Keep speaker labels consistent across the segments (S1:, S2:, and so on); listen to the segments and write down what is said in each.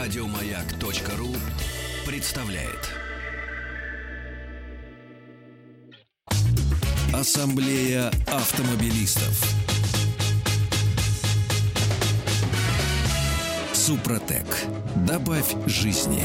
S1: Радиомаяк.ру представляет. Ассамблея автомобилистов. Супротек. Добавь жизни.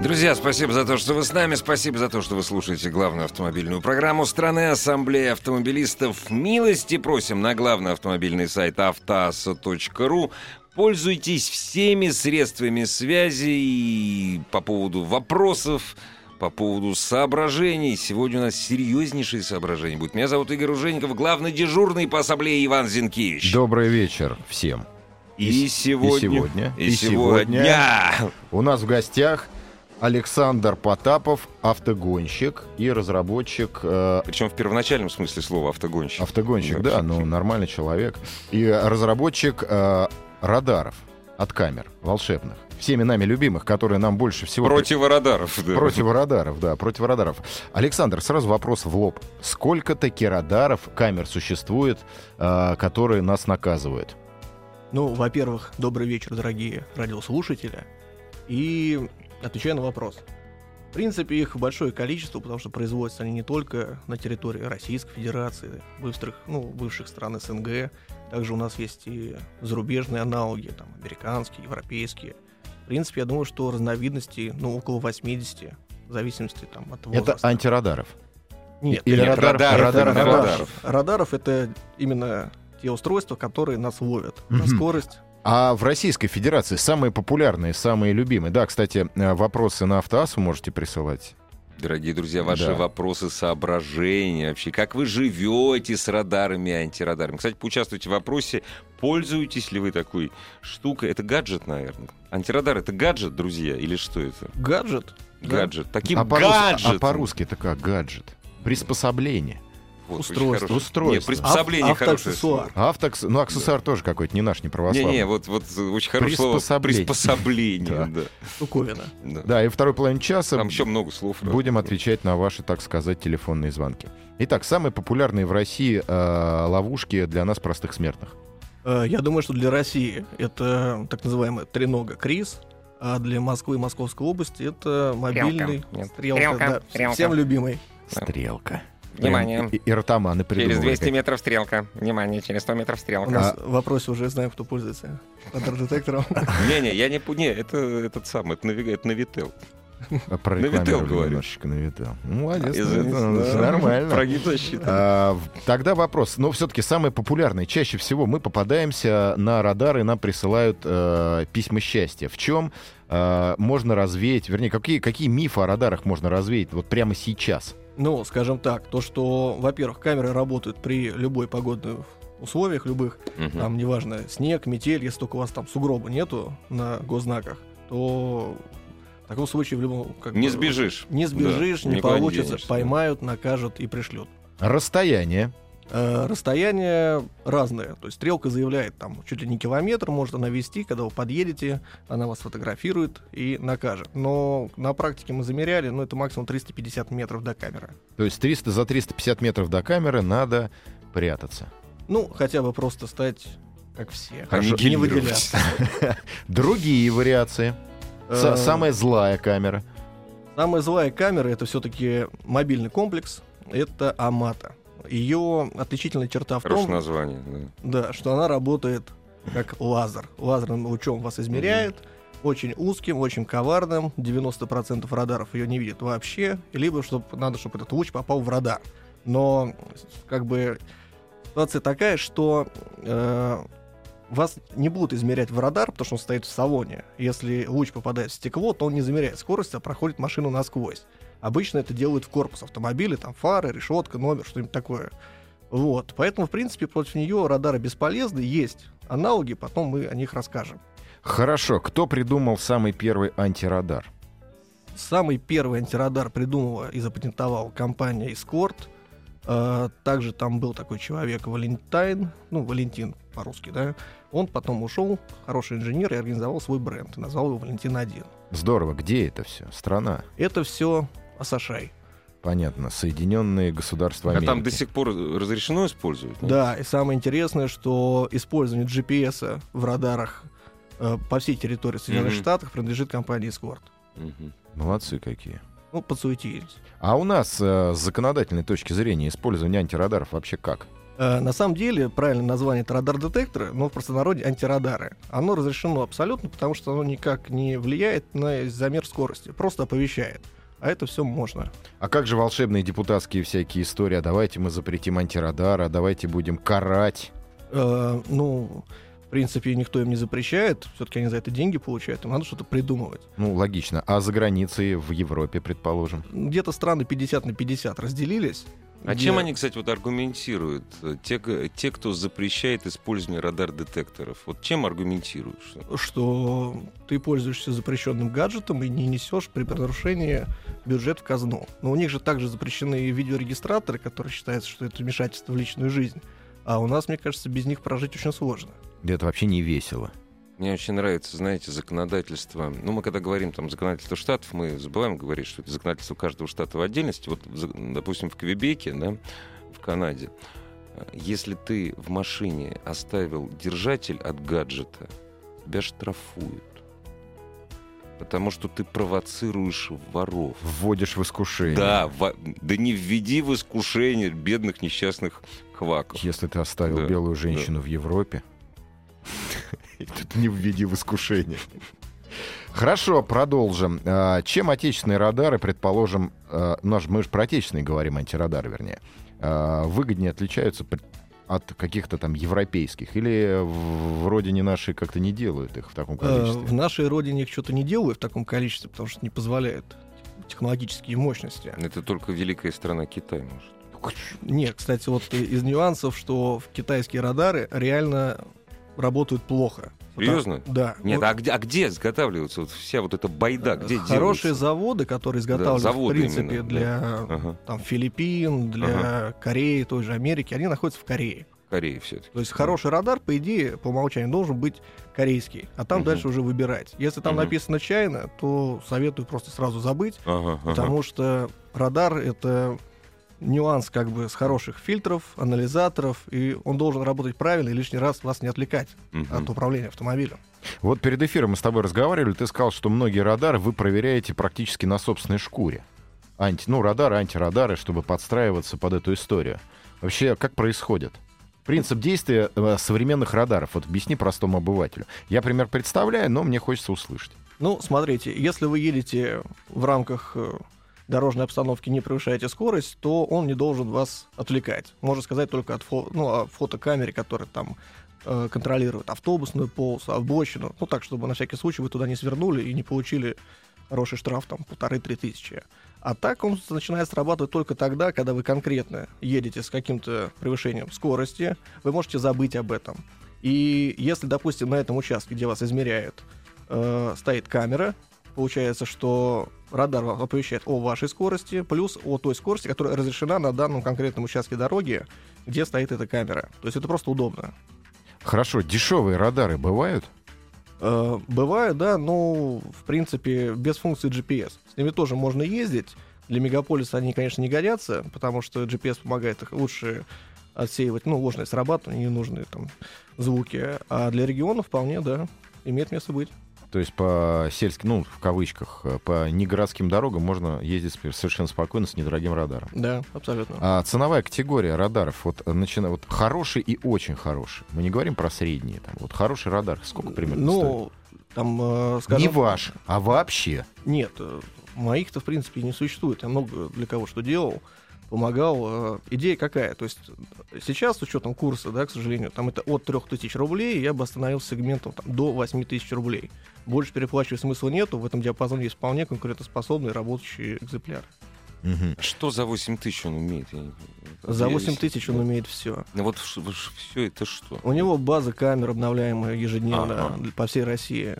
S2: Друзья, спасибо за то, что вы с нами, спасибо за то, что вы слушаете главную автомобильную программу страны Ассамблея автомобилистов. Милости просим на главный автомобильный сайт автоаса.ру. Пользуйтесь всеми средствами связи и по поводу вопросов, по поводу соображений. Сегодня у нас серьезнейшие соображения будут. Меня зовут Игорь Ужеников, главный дежурный по ассамблее Иван Зинкевич.
S3: Добрый вечер всем.
S2: И,
S3: и
S2: сегодня...
S3: сегодня,
S2: И
S3: и
S2: сегодня...
S3: сегодня. У нас в гостях Александр Потапов, автогонщик и разработчик э,
S2: Причем в первоначальном смысле слова автогонщик.
S3: автогонщик, да, ну нормальный человек и разработчик э, радаров от камер волшебных, всеми нами любимых, которые нам больше всего
S2: Противорадаров, да.
S3: Противорадаров, да, противорадаров. Александр, сразу вопрос в лоб. Сколько таки радаров, камер существует, э, которые нас наказывают?
S4: Ну, во-первых, добрый вечер, дорогие радиослушатели. И отвечаю на вопрос. В принципе, их большое количество, потому что производятся они не только на территории Российской Федерации, бывших, ну, бывших стран СНГ, также у нас есть и зарубежные аналоги, там, американские, европейские. В принципе, я думаю, что разновидностей, ну, около 80, в зависимости там, от возраста.
S3: Это антирадаров.
S4: Нет,
S3: Или
S4: нет,
S3: радар-
S4: радар-
S3: радар-
S4: это
S3: радар-
S4: радаров. Радаров — это именно те устройства, которые нас ловят на
S3: Мгм.
S4: скорость,
S3: А в Российской Федерации самые популярные, самые любимые. Да, кстати, э, вопросы на автоассу можете присылать.
S2: Дорогие друзья, ваши
S3: Да.
S2: вопросы, соображения вообще, как вы живете с радарами и антирадарами. Кстати, поучаствуйте в вопросе, пользуетесь ли вы такой штукой. Это гаджет, наверное. Антирадар это гаджет, друзья, или что это?
S4: гаджет. да?
S2: Гаджет. Таким
S3: а, по-рус- а
S2: гаджетом.
S3: по-русски это как гаджет? Приспособление.
S2: Вот, очень
S4: Устройство.
S2: хорошее.
S3: Устройство.
S2: Нет, приспособление
S4: Ав-
S2: хорошее.
S4: автоаксессуар.
S3: Автокс... Ну, аксессуар тоже какой-то, не наш, не православный.
S2: Не-не, вот, вот э, очень хорошее слово.
S3: Приспособление.
S2: Приспособление. да,
S4: штуковина.
S2: да.
S3: Да, и второй половине часа
S2: Там еще много слов.
S3: будем отвечать на ваши, так сказать, телефонные звонки. Итак, самые популярные в России э, ловушки для нас, простых смертных.
S4: Э, Я думаю, что для России это так называемая тренога Крис, а для Москвы и Московской области это мобильный
S2: Стрелка.
S4: стрелка,
S5: Стрелка,
S4: да,
S5: стрелка.
S4: всем любимый.
S3: Стрелка. Э,
S5: Внимание.
S3: И, и ротоманы
S5: Через
S3: придумывали.
S5: 200 метров стрелка. Внимание, через 100 метров
S4: У
S5: стрелка.
S4: нас в вопросе уже знаем, кто пользуется радар-детектором.
S2: Не-не, я не... пу- Не, это этот самый, это, навига- это Навител.
S3: Прорекламировали
S2: Навител, говорю.
S3: немножечко Навител. Ну, молодец,
S2: Извините,
S3: Навител,
S2: да.
S3: нормально.
S2: Прогиб защиты.
S3: А, в- Тогда вопрос. Но все-таки самый популярный. Чаще всего мы попадаемся на радар и нам присылают э, письма счастья. В чем можно развеять, вернее, какие, какие мифы о радарах можно развеять вот прямо сейчас?
S4: Ну, скажем так, то, что, во-первых, камеры работают при любой погодной условиях, любых,
S2: Мгм.
S4: там, неважно, снег, метель, если только у вас там сугроба нету на госзнаках, то в таком случае в любом... как
S2: Не
S4: бы,
S2: сбежишь.
S4: Не сбежишь,
S2: Да,
S4: не
S2: никуда
S4: получится,
S2: денешься.
S4: поймают, накажут и пришлют.
S3: Расстояние.
S4: Э, Расстояние разное. То есть стрелка заявляет, там, чуть ли не километр может она вести, когда вы подъедете, она вас фотографирует и накажет. Но на практике мы замеряли, ну, это максимум 350 метров до камеры.
S3: То есть 300 за 350 метров до камеры надо прятаться.
S4: Ну, хотя бы просто стать как все.
S2: А не
S4: не
S2: генерировать.
S4: выделяться.
S3: Другие вариации. Са-
S4: Э,
S3: Самая злая камера.
S4: Самая злая камера это все-таки мобильный комплекс, это Амата. Ее отличительная черта в
S2: Хорошее
S4: том,
S2: название. да.
S4: Да, что она работает как лазер. Лазерным лучом вас измеряет. Очень узким, очень коварным. 90% радаров ее не видит вообще. Либо чтоб, надо, чтобы этот луч попал в радар. Но с- как бы ситуация такая, что э, вас не будут измерять в радар, потому что он стоит в салоне. Если луч попадает в стекло, то он не замеряет скорость, а проходит машину насквозь. Обычно это делают в корпус автомобиля, там фары, решетка, номер, что-нибудь такое. Вот, поэтому, в принципе, против нее радары бесполезны, есть аналоги, потом мы о них расскажем.
S3: Хорошо, кто придумал самый первый антирадар?
S4: Самый первый антирадар придумала и запатентовала компания Escort. Э, Также там был такой человек Валентайн, ну, Валентин по-русски, да. Он потом ушел, хороший инженер, и организовал свой бренд, и назвал его Валентин-1.
S3: Здорово, где это все? Страна.
S4: Это все Асашай.
S3: Понятно, Соединенные Государства
S2: А
S3: Америки.
S2: там до сих пор разрешено использовать? нет?
S4: Да, и самое интересное, что использование GPS -а в радарах э, э, по всей территории Соединенных
S2: Мгм.
S4: Штатов принадлежит компании Escort.
S2: Мгм.
S3: Молодцы какие.
S4: Ну, подсуетились.
S3: А у нас э, с законодательной точки зрения использование антирадаров вообще как?
S4: Э, На самом деле, правильное название это радар-детекторы, но в простонародье антирадары. Оно разрешено абсолютно, потому что оно никак не влияет на замер скорости, просто оповещает. А это все можно.
S3: А как же волшебные депутатские всякие истории? А давайте мы запретим антирадар, а давайте будем карать.
S4: Э, ну, в принципе, никто им не запрещает. Все-таки они за это деньги получают. Им надо что-то придумывать.
S3: Ну, логично. А за границей, в Европе, предположим.
S4: Где-то страны 50 на 50 разделились.
S2: А
S4: где-
S2: чем они, кстати, вот аргументируют? э, Те, к- те, кто запрещает использование радар-детекторов. Вот чем аргументируешь?
S4: Что ты пользуешься запрещенным гаджетом и не несешь при нарушении бюджет в казну. Но у них же также запрещены и видеорегистраторы, которые считаются, что это вмешательство в личную жизнь. А у нас, мне кажется, без них прожить очень сложно.
S3: Да Это вообще не весело.
S2: Мне очень нравится, знаете, законодательство. Ну, мы когда говорим там законодательство штатов, мы забываем говорить, что это законодательство каждого штата в отдельности. Вот, за- допустим, в Квебеке, да, в Канаде, э, если ты в машине оставил держатель от гаджета, тебя штрафуют. Потому что ты провоцируешь воров.
S3: Вводишь в искушение.
S2: Да, во- да не введи в искушение бедных несчастных кваков.
S3: Если ты оставил
S2: Да,
S3: белую женщину в Европе, и тут не введи в искушение. Хорошо, продолжим. А, Чем отечественные радары, предположим, а, ну, аж мы же про отечественные говорим, антирадары, вернее, а, выгоднее отличаются пред- от каких-то там европейских? Или в- вроде не наши как-то не делают их в таком
S4: Э,
S3: количестве?
S4: В нашей родине их что-то не делают в таком количестве, потому что не позволяют технологические мощности.
S2: Это только великая страна Китай может.
S4: Нет, кстати, вот и- из нюансов, что в китайские радары реально работают плохо.
S2: Серьезно?
S4: Да.
S2: Нет,
S4: Вот,
S2: а где, а где изготавливается вот вся вот эта байда? Где
S4: Хорошие
S2: делается?
S4: заводы, которые изготавливают,
S2: заводы
S4: в принципе,
S2: именно,
S4: для
S2: Ага,
S4: там, Филиппин, для Кореи, той же Америки, они находятся в Корее.
S2: Корея все-таки.
S4: То есть хороший радар, по идее, по умолчанию должен быть корейский, а там
S2: Мгм.
S4: дальше уже выбирать. Если там
S2: Мгм.
S4: написано «Чайна», то советую просто сразу забыть,
S2: Ага, ага.
S4: потому что радар — это нюанс как бы с хороших фильтров, анализаторов, и он должен работать правильно и лишний раз вас не отвлекать
S2: Мгм.
S4: от управления автомобилем.
S3: Вот перед эфиром мы с тобой разговаривали, ты сказал, что многие радары вы проверяете практически на собственной шкуре. Анти, ну, радары, антирадары, чтобы подстраиваться под эту историю. Вообще, как происходит? Принцип действия э, современных радаров. Вот объясни простому обывателю. Я пример представляю, но мне хочется услышать.
S4: Ну, смотрите, если вы едете в рамках э, дорожной обстановки, не превышаете скорость, то он не должен вас отвлекать. Можно сказать только от фо- ну, о фотокамере, которая там э, контролирует автобусную полосу, обочину. Ну, так, чтобы на всякий случай вы туда не свернули и не получили хороший штраф, там, полторы-три тысячи. А так он с- начинает срабатывать только тогда, когда вы конкретно едете с каким-то превышением скорости, вы можете забыть об этом. И если, допустим, на этом участке, где вас измеряют, э, стоит камера, получается, что радар вам оповещает о вашей скорости, плюс о той скорости, которая разрешена на данном конкретном участке дороги, где стоит эта камера. То есть это просто удобно.
S3: Хорошо, дешевые радары бывают?
S4: Э, Бывает, да, но в принципе без функции GPS. С ними тоже можно ездить. Для мегаполиса они, конечно, не годятся, потому что GPS помогает их лучше отсеивать, ну, ложное срабатывание, ненужные там звуки. А для регионов вполне, да, имеет место быть.
S3: То есть по сельским, ну, в кавычках, э, по негородским дорогам можно ездить спе- совершенно спокойно с недорогим радаром.
S4: Да, абсолютно.
S3: А ценовая категория радаров, вот э, начиная вот хороший и очень хороший. Мы не говорим про средние, там, вот хороший радар, сколько примерно
S4: Ну, там, э,
S3: стоит?
S4: скажем...
S3: Не ваш, а вообще.
S4: Нет, э, моих-то, в принципе, и не существует. Я много для кого что делал, помогал. Э, Идея какая? То есть э, сейчас, с учетом курса, да, к сожалению, там это от 3000 рублей, я бы остановился сегментом там, до 8000 рублей. Больше переплачивать смысла нету, в этом диапазоне есть вполне конкурентоспособные работающие экземпляры.
S3: Мгм.
S2: Что за 8 тысяч он умеет? Я не-
S4: За
S2: Я
S4: 8
S2: если-
S4: тысяч он умеет все.
S2: Ну вот все это что?
S4: У него база камер обновляемая ежедневно
S2: Ага.
S4: по всей России.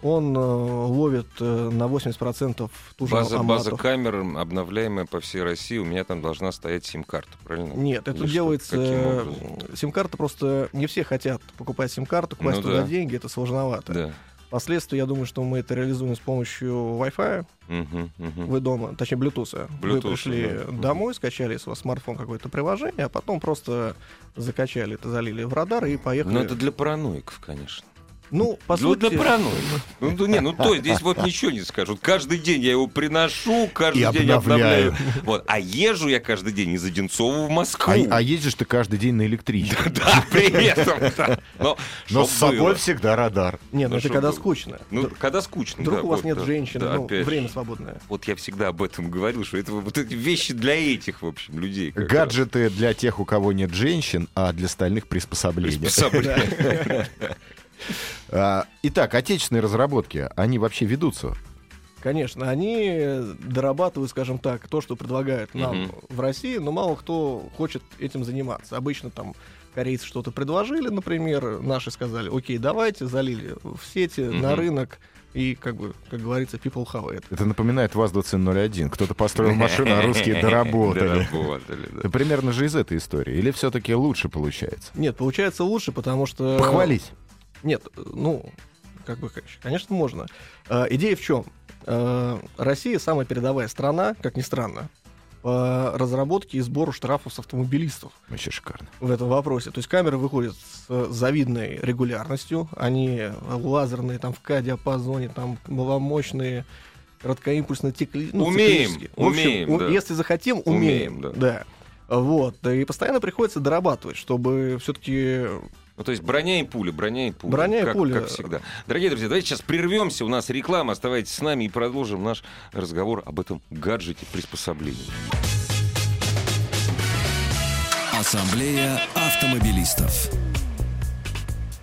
S4: Он э, ловит э, на 80% ту же
S2: База,
S4: аматов.
S2: база камер, обновляемая по всей России, у меня там должна стоять сим-карта, правильно?
S4: Нет, это
S2: Или что?
S4: делается...
S2: Каким
S4: э,
S2: Ну, образом?
S4: Сим-карта просто... Не все хотят покупать сим-карту, класть
S2: Ну
S4: туда
S2: да.
S4: деньги, это сложновато.
S2: Да.
S4: Впоследствии, я думаю, что мы это реализуем с помощью Wi-Fi
S2: Мгм, мгм. Ну,
S4: вы дома, точнее, Bluetooth. Вы
S2: Bluetooth,
S4: пришли
S2: да. Мгм.
S4: домой, скачали с вас смартфон какое-то приложение, а потом просто закачали это, залили в радар и поехали.
S2: Но это для параноиков, конечно.
S4: Ну, по
S2: ну,
S4: сути...
S2: для паранойи. Ну, ну, не, ну то есть здесь вот ничего не скажут. Каждый день я его приношу, каждый
S3: И
S2: день
S3: обновляю.
S2: обновляю. Вот. А езжу я каждый день из Одинцова в Москву.
S3: А, а ездишь ты каждый день на электричке.
S2: Да, при этом. да. Но,
S3: Но
S2: чтоб
S3: с собой
S2: было.
S3: всегда радар.
S4: Нет, ну
S2: Ну,
S4: это
S2: что
S4: когда
S2: было?
S4: скучно.
S2: Ну,
S4: Д-
S2: когда скучно.
S4: Вдруг
S2: да,
S4: у вас
S2: вот,
S4: нет
S2: да,
S4: женщины,
S2: да,
S4: ну,
S2: опять же.
S4: время свободное.
S2: Вот я всегда об этом говорил, что это вот эти вещи для этих, в общем, людей. как раз.
S3: Гаджеты для тех, у кого нет женщин, а для остальных приспособления.
S2: Приспособления.
S3: А, Итак, отечественные разработки, они вообще ведутся?
S4: Конечно, они э, дорабатывают, скажем так, то, что предлагают нам
S2: Мгм.
S4: в России, но мало кто хочет этим заниматься. Обычно там корейцы что-то предложили, например, наши сказали, окей, давайте, залили в сети, на
S2: Мгм.
S4: рынок, и, как бы, как говорится, people have it.
S3: Это напоминает ВАЗ-2101. Кто-то построил машину, а русские доработали.
S2: Доработали, да.
S3: Это примерно же из этой истории. Или все-таки лучше получается?
S4: Нет, получается лучше, потому что...
S3: Похвалить.
S4: Нет, э, ну, как бы, конечно, конечно, можно. Э, идея в чем? Э, Россия самая передовая страна, как ни странно, по разработке и сбору штрафов с автомобилистов.
S3: Вообще шикарно.
S4: в этом вопросе. То есть камеры выходят с э, завидной регулярностью. Они э, лазерные, там в К-диапазоне, там маломощные, краткоимпульсно текли. ну,
S2: Умеем,
S4: циклические. В общем,
S2: умеем,
S4: у-
S2: да.
S4: Если захотим, умеем.
S2: Умеем, да.
S4: да. Вот. И постоянно приходится дорабатывать, чтобы все-таки
S2: Ну, то есть броня и пули, броня и пули.
S4: Броня и
S2: как,
S4: пули.
S2: Как всегда. Дорогие друзья, давайте сейчас прервемся. У нас реклама. Оставайтесь с нами и продолжим наш разговор об этом гаджете приспособлении.
S1: Ассамблея автомобилистов.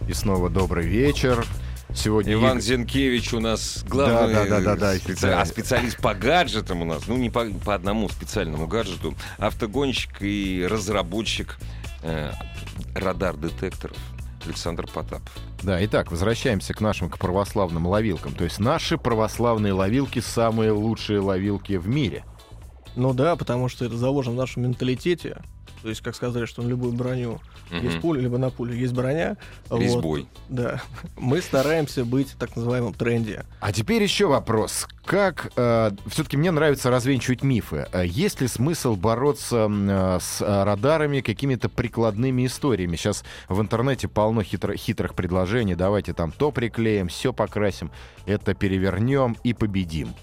S3: И снова добрый вечер. Сегодня
S2: Иван
S3: Иг-
S2: Зинкевич у нас главный
S3: Да, да, да, да, да,
S2: специ-
S3: да.
S2: а, специалист по гаджетам у нас, ну не по, по одному специальному гаджету, автогонщик и разработчик э, радар-детекторов Александр Потапов.
S3: Да, итак, возвращаемся к нашим к православным ловилкам. То есть наши православные ловилки самые лучшие ловилки в мире.
S4: Ну да, потому что это заложено в нашем менталитете. То есть, как сказали, что на любую броню есть
S2: Мгм.
S4: пуля, либо на пулю есть броня. Вот,
S2: Резьбой.
S4: да. Мы стараемся быть в так называемом тренде.
S3: А теперь еще вопрос. Как... все-таки мне нравится развенчивать мифы. Э, Есть ли смысл бороться м, э, с э, радарами какими-то прикладными историями? Сейчас в интернете полно хитро- хитрых предложений. Давайте там то приклеим, все покрасим, это перевернем и победим.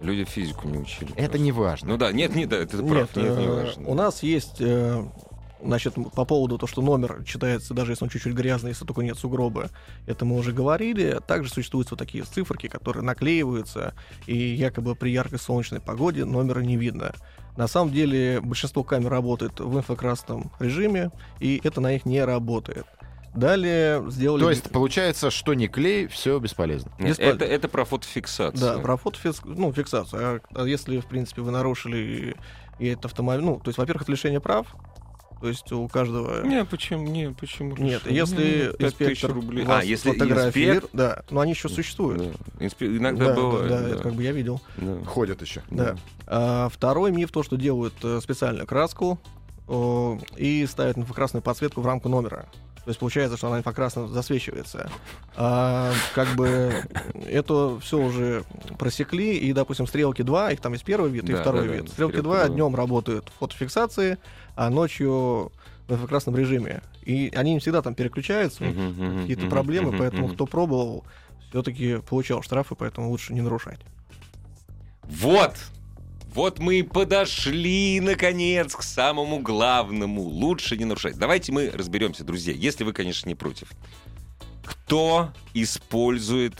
S2: Люди физику не учили.
S3: Это не важно.
S2: Ну да, нет, нет, да, это ты прав, нет,
S4: э,
S2: не важно.
S4: У нас есть, э, значит, м- по поводу того, что номер читается, даже если он чуть-чуть грязный, если только нет сугроба, это мы уже говорили. Также существуют вот такие циферки, которые наклеиваются, и якобы при яркой солнечной погоде номера не видно. На самом деле большинство камер работает в инфракрасном режиме, и это на них не работает. Далее сделали...
S3: То есть получается, что не клей, все бесполезно.
S2: Нет,
S4: Бесплатно.
S2: это, это про фотофиксацию.
S4: Да, про фотофикс... ну, фиксацию. А если, в принципе, вы нарушили и этот автомобиль... Ну, то есть, во-первых, это лишение прав. То есть у каждого...
S2: Не, почему? Не, почему?
S4: Нет,
S2: Что?
S4: если
S2: Ну, пять тысяч
S4: инспектор
S2: рублей.
S4: вас
S2: А, если
S4: фотографирует-
S2: инспектор...
S4: Да, но они еще существуют.
S2: Да. Инспе- Иногда
S4: Да,
S2: бывает.
S4: да,
S2: да.
S4: это как бы я видел.
S2: Да.
S3: Ходят еще.
S4: Да. А, второй миф то, что делают э, специальную краску э, и ставят инфракрасную подсветку в рамку номера. То есть получается, что она инфракрасно засвечивается. А, как бы это все уже просекли, и, допустим, стрелки 2, их там есть первый вид и
S2: Да,
S4: второй
S2: да, да,
S4: вид. стрелки
S2: стрелка
S4: 2
S2: два.
S4: днем работают в фотофиксации, а ночью в инфракрасном режиме. И они не всегда там переключаются, у них
S2: Мгм, мгм,
S4: какие-то
S2: мгм,
S4: проблемы,
S2: мгм,
S4: поэтому
S2: мгм.
S4: кто пробовал, все-таки получал штрафы, поэтому лучше не нарушать.
S2: Вот! Вот мы и подошли, наконец, к самому главному. Лучше не нарушать. Давайте мы разберемся, друзья, если вы, конечно, не против. Кто использует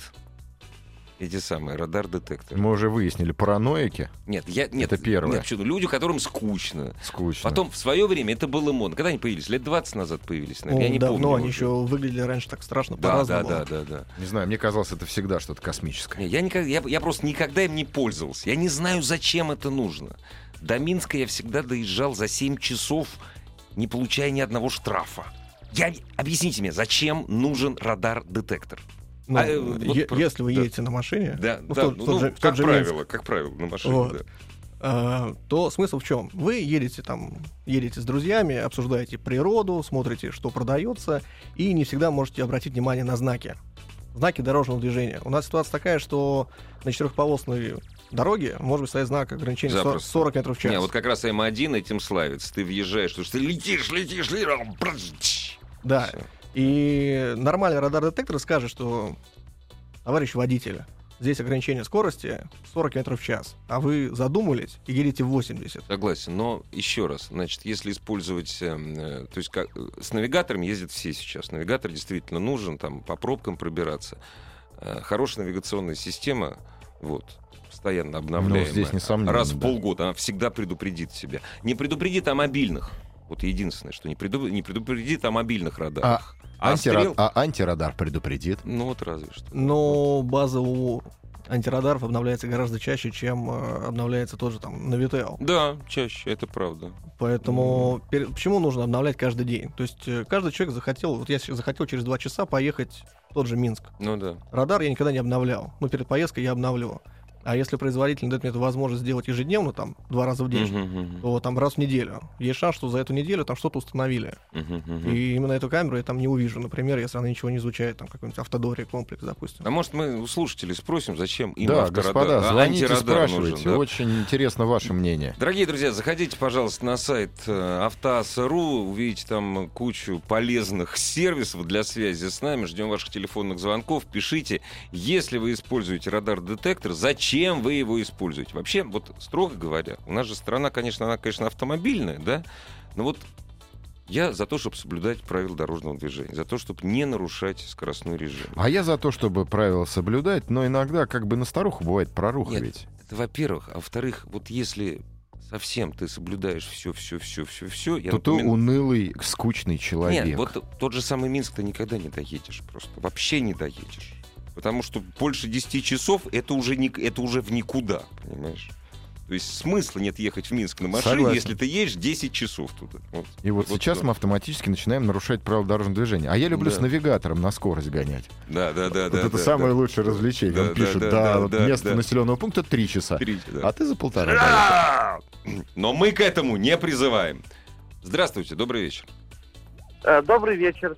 S2: эти самые радар-детекторы?
S3: Мы уже выяснили, параноики.
S2: Нет, я... Нет,
S3: Это первое.
S2: Нет, почему? люди, которым скучно.
S3: Скучно.
S2: Потом, в свое время, это было модно. Когда они появились? Лет 20 назад появились.
S4: Ну,
S2: наверное, я не
S4: давно
S2: помню.
S4: они
S2: уже.
S4: еще выглядели раньше так страшно
S2: Да, да,
S4: по-разному.
S2: да, да, да.
S3: Не знаю, мне казалось, это всегда что-то космическое.
S2: Не, Я, никогда, я, я просто никогда им не пользовался. Я не знаю, зачем это нужно. До Минска я всегда доезжал за 7 часов, не получая ни одного штрафа. Я, объясните мне, зачем нужен радар-детектор?
S4: Ну,
S2: А, э, вот
S4: е-
S2: про-
S4: если вы
S2: да.
S4: едете на машине,
S2: Да,
S4: ну, в
S2: да,
S4: тот-
S2: ну,
S4: в тот
S2: ну,
S4: же- в
S2: как
S4: тот же
S2: правило, как правило, на машине,
S4: Вот.
S2: да.
S4: а, то смысл в чем? Вы едете там, едете с друзьями, обсуждаете природу, смотрите, что продается, и не всегда можете обратить внимание на знаки. Знаки дорожного движения. У нас ситуация такая, что на четырехполосной дороге может быть стоять знак ограничения сор-
S2: Запросто.
S4: 40 метров в час.
S2: Не, вот как раз М1 этим славится. Ты въезжаешь, потому что ты летишь, летишь, летишь, а он брызж.
S4: Да.
S2: Всё.
S4: И нормальный радар-детектор скажет, что товарищ водитель, здесь ограничение скорости 40 км в час, а вы задумались и едете 80.
S2: Согласен, но еще раз, значит, если использовать, эм, э, то есть как, э, с навигатором ездят все сейчас, навигатор действительно нужен, там по пробкам пробираться, Э, хорошая навигационная система, вот, постоянно
S3: Ну,
S2: обновляемая,
S3: здесь несомненно.
S2: раз в
S3: да.
S2: полгода, она всегда предупредит себя, не предупредит о мобильных, вот единственное, что не, преду- не предупредит о мобильных радарах, а,
S3: Антира-
S2: стрел-
S3: а антирадар предупредит.
S2: ну вот разве что.
S4: Но база у антирадаров обновляется гораздо чаще, чем э, обновляется тоже там Navitel.
S2: Да, чаще, это правда.
S4: Поэтому пере- почему нужно обновлять каждый день? То есть э, каждый человек захотел, вот я щ- захотел через два часа поехать в тот же Минск.
S2: Ну да.
S4: Радар я никогда не обновлял, но перед поездкой я обновлю. А если производитель дает мне эту возможность сделать ежедневно, там, два раза в день,
S2: Мгм,
S4: то там раз в неделю. Есть шанс, что за эту неделю там что-то установили.
S2: мгм, мгм, мгм.
S4: И именно эту камеру я там не увижу, например, если она ничего не изучает, там какой-нибудь автодори комплекс, допустим.
S2: А может, мы у слушателей спросим, зачем им
S3: да,
S2: авторадар?
S3: господа,
S2: а
S3: звоните,
S2: антирадар
S3: спрашивайте.
S2: нужен, да?
S3: Очень интересно ваше мнение.
S2: Дорогие друзья, заходите, пожалуйста, на сайт э, автоаса.ру, увидите там кучу полезных сервисов для связи с нами, ждем ваших телефонных звонков, пишите, если вы используете радар-детектор, зачем вы его используете? Вообще, вот строго говоря, у нас же страна, конечно, она, конечно, автомобильная, да, но вот я за то, чтобы соблюдать правила дорожного движения, за то, чтобы не нарушать скоростной режим.
S3: А я за то, чтобы правила соблюдать, но иногда как бы на старуху бывает проруха
S2: Нет.
S3: ведь.
S2: Это во-первых. А во-вторых, вот если совсем ты соблюдаешь все, все, все, все, все, я
S3: То ты
S2: напоминаю-
S3: унылый, скучный человек.
S2: Нет, вот тот же самый Минск ты никогда не доедешь просто. Вообще не доедешь. Потому что больше 10 часов это уже, не, это уже в никуда, понимаешь? То есть смысла нет ехать в Минск на машине,
S3: Согласен.
S2: если ты едешь 10 часов туда. Вот.
S3: И вот, сейчас
S2: да.
S3: мы автоматически начинаем нарушать правила дорожного движения. А я люблю
S2: Да.
S3: с навигатором на скорость гонять.
S2: Да, да, да,
S3: вот
S2: да.
S3: это
S2: да,
S3: самое
S2: да.
S3: лучшее развлечение.
S2: Да,
S3: Он
S2: да,
S3: пишет,
S2: да,
S3: да,
S2: да,
S3: вот
S2: да,
S3: место
S2: да.
S3: населенного пункта 3 часа.
S2: Смотрите, да.
S3: А ты за полтора. дали.
S2: Ра! Но мы к этому не призываем. Здравствуйте, добрый вечер.
S6: Э, Добрый вечер.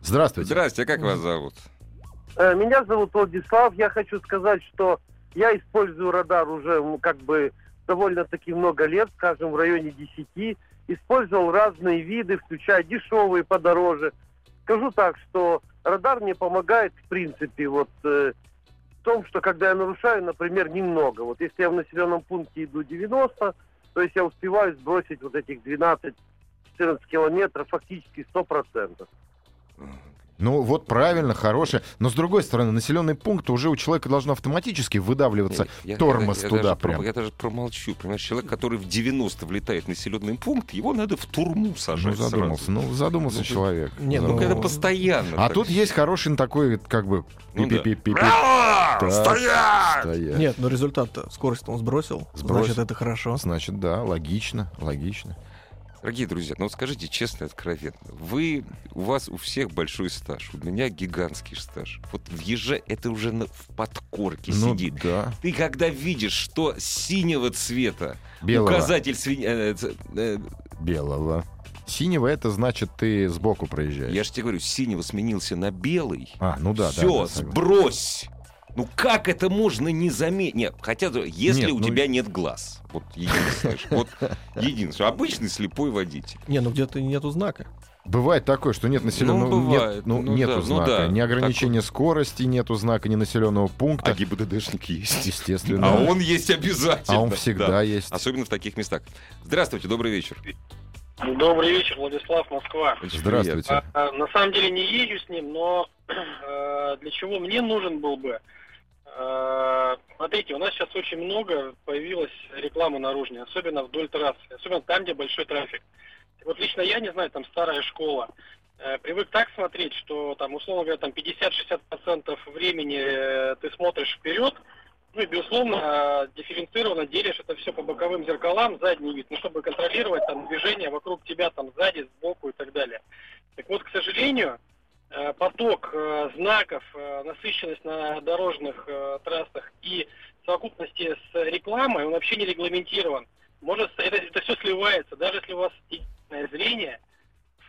S3: Здравствуйте.
S2: Здравствуйте, а как вас зовут?
S6: Э, Меня зовут Владислав. Я хочу сказать, что я использую радар уже ну, как бы довольно-таки много лет, скажем, в районе 10. Использовал разные виды, включая дешевые, подороже. Скажу так, что радар мне помогает, в принципе, вот э, в том, что когда я нарушаю, например, немного. Вот если я в населенном пункте иду 90, то есть я успеваю сбросить вот этих 12-14 километров фактически 100%.
S3: Ну вот правильно, хорошее. Но с другой стороны, населенный пункт уже у человека должен автоматически выдавливаться.
S2: Не, я-
S3: тормоз
S2: я- я
S3: туда
S2: даже
S3: прям.
S2: про- я даже промолчу. Понимаешь, человек, который в 90 влетает в населенный пункт, его надо в турму
S3: ну
S2: сажать
S3: задумался,
S2: сразу.
S3: ну задумался
S2: Ну, ты-
S3: человек.
S4: Не,
S2: Ну,
S4: ну,
S2: когда
S3: Задумался.
S2: постоянно.
S3: А
S2: так.
S3: тут есть хороший такой как бы...
S2: Ну да.
S3: пи-пи-пи-пи.
S2: Браво!
S3: Так,
S2: Стоять!
S3: стоять.
S4: Нет, но результат-то скорость он сбросил,
S3: Сбросил.
S4: значит, это хорошо.
S3: Значит, да, логично, логично.
S2: Дорогие друзья, ну вот скажите честно и откровенно. Вы, у вас у всех большой стаж, у меня гигантский стаж. Вот в еже это уже на- в подкорке
S3: ну
S2: сидит.
S3: да,
S2: Ты когда видишь, что синего цвета
S3: белого,
S2: указатель свинь... э, ц- э,
S3: белого. Синего это значит ты сбоку проезжаешь.
S2: я же тебе говорю, с синего сменился на белый,
S3: А, ну да, да,
S2: Все,
S3: да, согласен.
S2: сбрось. Ну как это можно не заметить? Нет, хотя если
S3: Нет,
S2: у
S3: ну-
S2: тебя нет глаз. Вот единственное. что- Вот единственное. Обычный слепой водитель.
S4: Не, ну где-то нету знака.
S3: Бывает такое, что нет населенного
S2: Ну,
S3: нет-
S2: бывает.
S3: ну,
S2: Ну
S3: нету
S2: да, ну
S3: знака,
S2: да.
S3: ни ограничения скорости, нету знака, ни населенного пункта.
S2: ГИБДДшник есть.
S3: Естественно.
S2: А он есть обязательно.
S3: А он всегда
S2: Да.
S3: есть.
S2: Особенно в таких местах. Здравствуйте, добрый вечер.
S7: Добрый вечер, Владислав, Москва.
S2: Очень
S3: Здравствуйте.
S7: А, а, на самом деле не езжу с ним, но э, для чего мне нужен был бы? Э, смотрите, у нас сейчас очень много появилось рекламы наружной, особенно вдоль трассы, особенно там, где большой трафик. Вот лично я не знаю, там старая школа. э, привык так смотреть, что там, условно говоря, там 50-60% времени э, ты смотришь вперед, ну и, безусловно, э, дифференцированно делишь это все по боковым зеркалам, задний вид, ну, чтобы контролировать там движение вокруг тебя, там, сзади, сбоку и так далее. Так вот, к сожалению, э, поток э, знаков, э, насыщенность на дорожных э, трассах и в совокупности с рекламой, он вообще не регламентирован. Может, с- это, все сливается, даже если у вас идеальное зрение,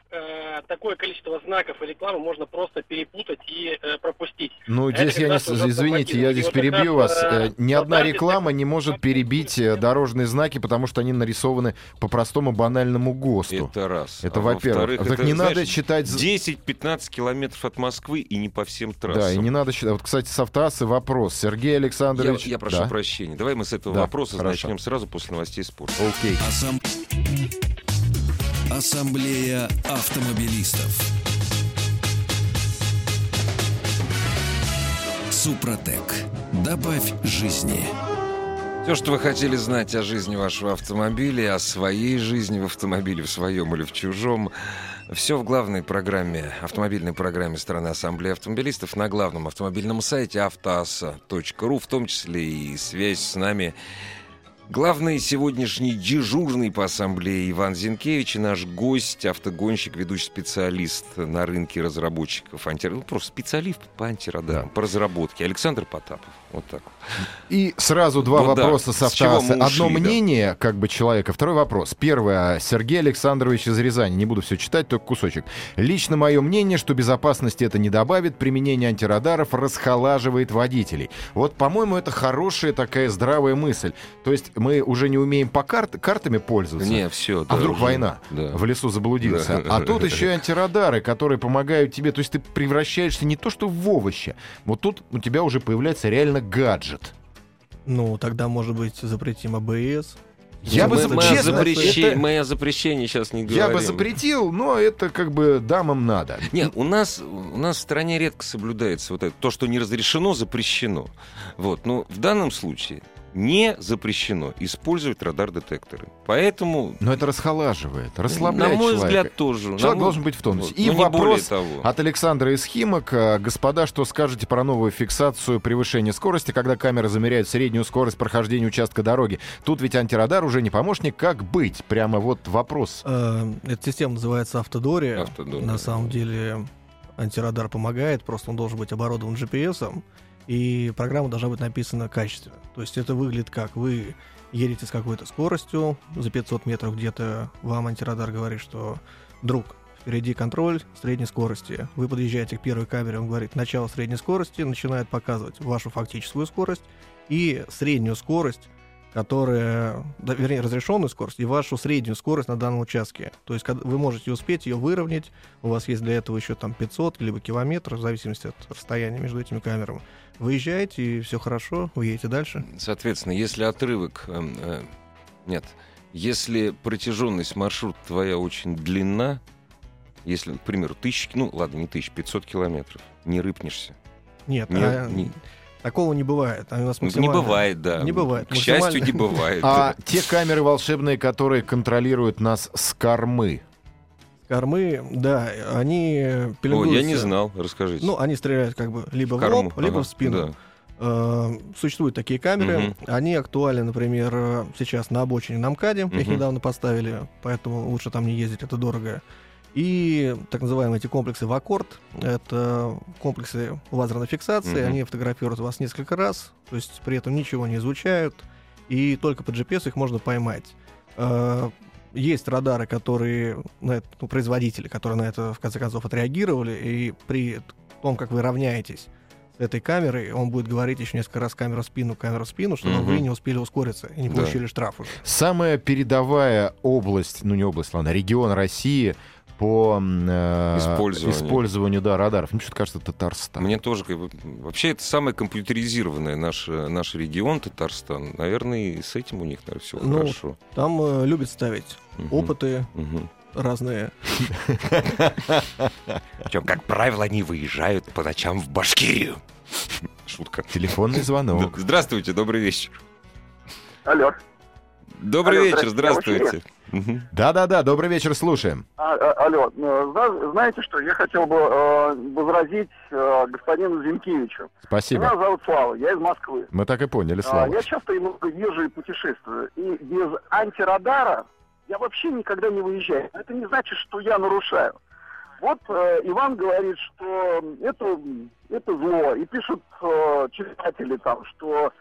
S7: э, такое количество знаков и рекламы можно просто перепутать и э, пропустить.
S3: Ну,
S7: Это
S3: здесь я
S7: как
S3: не...
S7: раз вот
S3: Извините, я
S7: автоматизм.
S3: здесь
S7: И вот это,
S3: перебью вас.
S7: э,
S3: Э, Ни одна
S7: стандарты
S3: реклама
S7: такой.
S3: не может перебить э, дорожные знаки, потому что они нарисованы по простому банальному ГОСТу.
S2: Это раз.
S3: Это
S2: А
S3: во-первых.
S2: во-вторых,
S3: А
S2: это,
S3: Так не
S2: знаешь,
S3: надо считать... з-
S2: 10-15 километров от Москвы и не по всем трассам.
S3: Да, и не надо считать... Вот, кстати, с автоассы вопрос. Сергей
S2: я,
S3: Александрович...
S2: я прошу
S3: Да.
S2: прощения. Давай мы с этого
S3: Да,
S2: вопроса
S3: хорошо.
S2: начнем сразу после новостей спорта.
S3: Окей.
S1: Ассам- Ассамблея автомобилистов. Супротек. Добавь жизни.
S2: Все, что вы хотели знать о жизни вашего автомобиля, о своей жизни в автомобиле, в своем или в чужом, все в главной программе, автомобильной программе страны Ассамблеи Автомобилистов на главном автомобильном сайте автоаса.ру, в том числе и связь с нами Главный сегодняшний дежурный по ассамблее Иван Зинкевич и наш гость, автогонщик, ведущий специалист на рынке разработчиков анти... Ну, просто специалист по антирадарам, по разработке. Александр Потапов. Вот так. вот.
S3: И сразу два
S2: Ну да,
S3: вопроса
S2: с
S3: с автоассы.
S2: чего мы
S3: Одно
S2: ушли, да.
S3: мнение, как бы человека. Второй вопрос. Первое. Сергей Александрович из Рязани. Не буду все читать, только кусочек. Лично мое мнение, что безопасности это не добавит. Применение антирадаров расхолаживает водителей. Вот, по-моему, это хорошая такая здравая мысль. То есть мы уже не умеем по карт- картами пользоваться.
S2: Не, все.
S3: А вдруг война? В лесу заблудился.
S2: Да.
S3: А тут еще и антирадары, которые помогают тебе. То есть ты превращаешься не то что в овощи. Вот тут у тебя уже появляется реально гаджет.
S4: Ну, тогда, может быть, запретим А АБС.
S3: Я
S2: Ну,
S4: Мы-
S3: бы,
S4: мы
S3: за- честно,
S2: запрещении,
S3: это-
S2: мы о запрещении сейчас не говорим.
S3: я бы запретил, но это как бы дамам надо.
S2: Нет, у нас, у нас в стране редко соблюдается вот это. То, что не разрешено, запрещено. Вот. Но в данном случае не запрещено использовать радар-детекторы. Поэтому,
S3: Но это расхолаживает, расслабляет
S2: на мой
S3: человека.
S2: взгляд, тоже. На
S3: Человек
S2: мой-
S3: должен быть в тонусе.
S2: Вот.
S3: И
S2: Ну, не более
S3: вопрос
S2: того.
S3: от Александра из Химок. Э, Господа, что скажете про новую фиксацию превышения скорости, когда камеры замеряют среднюю скорость прохождения участка дороги? Тут ведь антирадар уже не помощник. Как быть? Прямо вот вопрос.
S4: Э, Эта система называется Автодория.
S2: Автодор.
S4: На самом деле антирадар помогает, просто он должен быть оборудован GPS, и программа должна быть написана качественно. То есть это выглядит как вы едете с какой-то скоростью, за 500 метров где-то вам антирадар говорит, что «друг, впереди контроль средней скорости». Вы подъезжаете к первой камере, он говорит «начало средней скорости», начинает показывать вашу фактическую скорость и среднюю скорость, которая, да, вернее, разрешенную скорость и вашу среднюю скорость на данном участке. То есть когда- вы можете успеть ее выровнять, у вас есть для этого еще там 500 либо километр, в зависимости от расстояния между этими камерами. Выезжаете, и все хорошо, вы едете дальше.
S2: Соответственно, если отрывок... эм, э, Нет. Если протяженность маршрута твоя очень длинна, если, к примеру, тысячи... Ну, ладно, не тысяч, 500 километров. Не рыпнешься.
S4: Нет,
S2: Не-
S4: а,
S2: не-
S4: такого не бывает. А у нас
S2: Ну, Не
S4: максимально-
S2: бывает, да.
S4: Не бывает.
S2: К счастью, не
S4: Максимально-
S2: бывает.
S3: А те камеры волшебные, которые контролируют нас с кормы.
S4: Кормы, да, они
S2: О,
S4: пеленгуются.
S2: я не знал, расскажите.
S4: Ну, они стреляют как бы либо
S2: В
S4: в,
S2: корму,
S4: лоб, либо
S2: ага,
S4: в спину.
S2: да.
S4: Э, Существуют такие камеры.
S2: Мгм.
S4: Они актуальны, например, э, сейчас на обочине на МКАДе. Их
S2: Мгм.
S4: недавно поставили, поэтому лучше там не ездить, это дорого. И так называемые эти комплексы в аккорд. Это комплексы лазерной фиксации.
S2: Мгм.
S4: Они фотографируют вас несколько раз, то есть при этом ничего не изучают. И только по GPS их можно поймать. Э, Есть радары, которые на это, ну, производители, которые на это в конце концов отреагировали, и при том, как вы равняетесь с этой камерой, он будет говорить еще несколько раз камера в спину, камера в спину, чтобы
S2: Мгм.
S4: вы не успели ускориться и не
S2: Да.
S4: получили штраф уже.
S3: Самая передовая область, ну не область, ладно, регион России по м, э,
S2: Использованию.
S3: использованию, да, радаров. Мне что-то кажется, Татарстан.
S2: Мне тоже... как бы, Вообще, это самый компьютеризированный наш, э, наш регион, Татарстан. Наверное, и с этим у них все
S4: Ну,
S2: хорошо.
S4: Там э, любят ставить
S2: Мгм,
S4: опыты
S2: мгм.
S4: разные.
S2: Причем, как правило, они выезжают по ночам в Башкирию. Шутка.
S3: Телефонный звонок.
S2: Д- Здравствуйте, добрый вечер.
S6: Алло.
S2: Добрый
S6: Алло,
S2: вечер,
S6: здравствуйте, я
S2: здравствуйте. Мгм.
S3: Да-да-да, добрый вечер, слушаем.
S6: А, а, алло, э, зна- знаете что, я хотел бы э, возразить э, господину Зинкевичу. Меня
S3: Спасибо.
S6: зовут Слава, я из Москвы.
S3: Мы так и поняли,
S6: А,
S3: Слава.
S6: я часто и много езжу и путешествую. И без антирадара я вообще никогда не выезжаю. Это не значит, что я нарушаю. Вот э, Иван говорит, что это, это зло. И пишут э, читатели там, что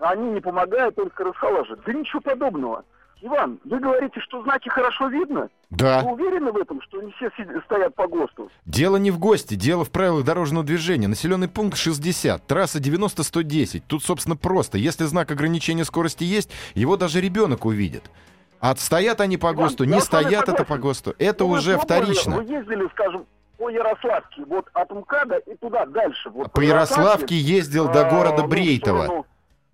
S6: они не помогают, только расхолаживают. Да ничего подобного.
S8: Иван, вы говорите, что знаки хорошо видно?
S3: Да.
S8: Вы уверены в этом, что не все си- стоят по ГОСТу?
S3: Дело не в ГОСТе, дело в правилах дорожного движения. Населенный пункт 60, трасса 90-110. Тут, собственно, просто. Если знак ограничения скорости есть, его даже ребенок увидит. А стоят они по
S8: Иван,
S3: ГОСТу,
S8: я
S3: не
S8: с вами
S3: стоят это по
S8: согласен.
S3: ГОСТу. Это
S8: Ну, вы
S3: уже
S8: пробовали,
S3: вторично.
S8: Вы ездили, скажем, по Ярославке, вот от МКАДа и туда дальше. Вот
S3: По Ярославке ездил до
S8: а,
S3: города
S8: ну, в
S3: Брейтова.
S8: сторону,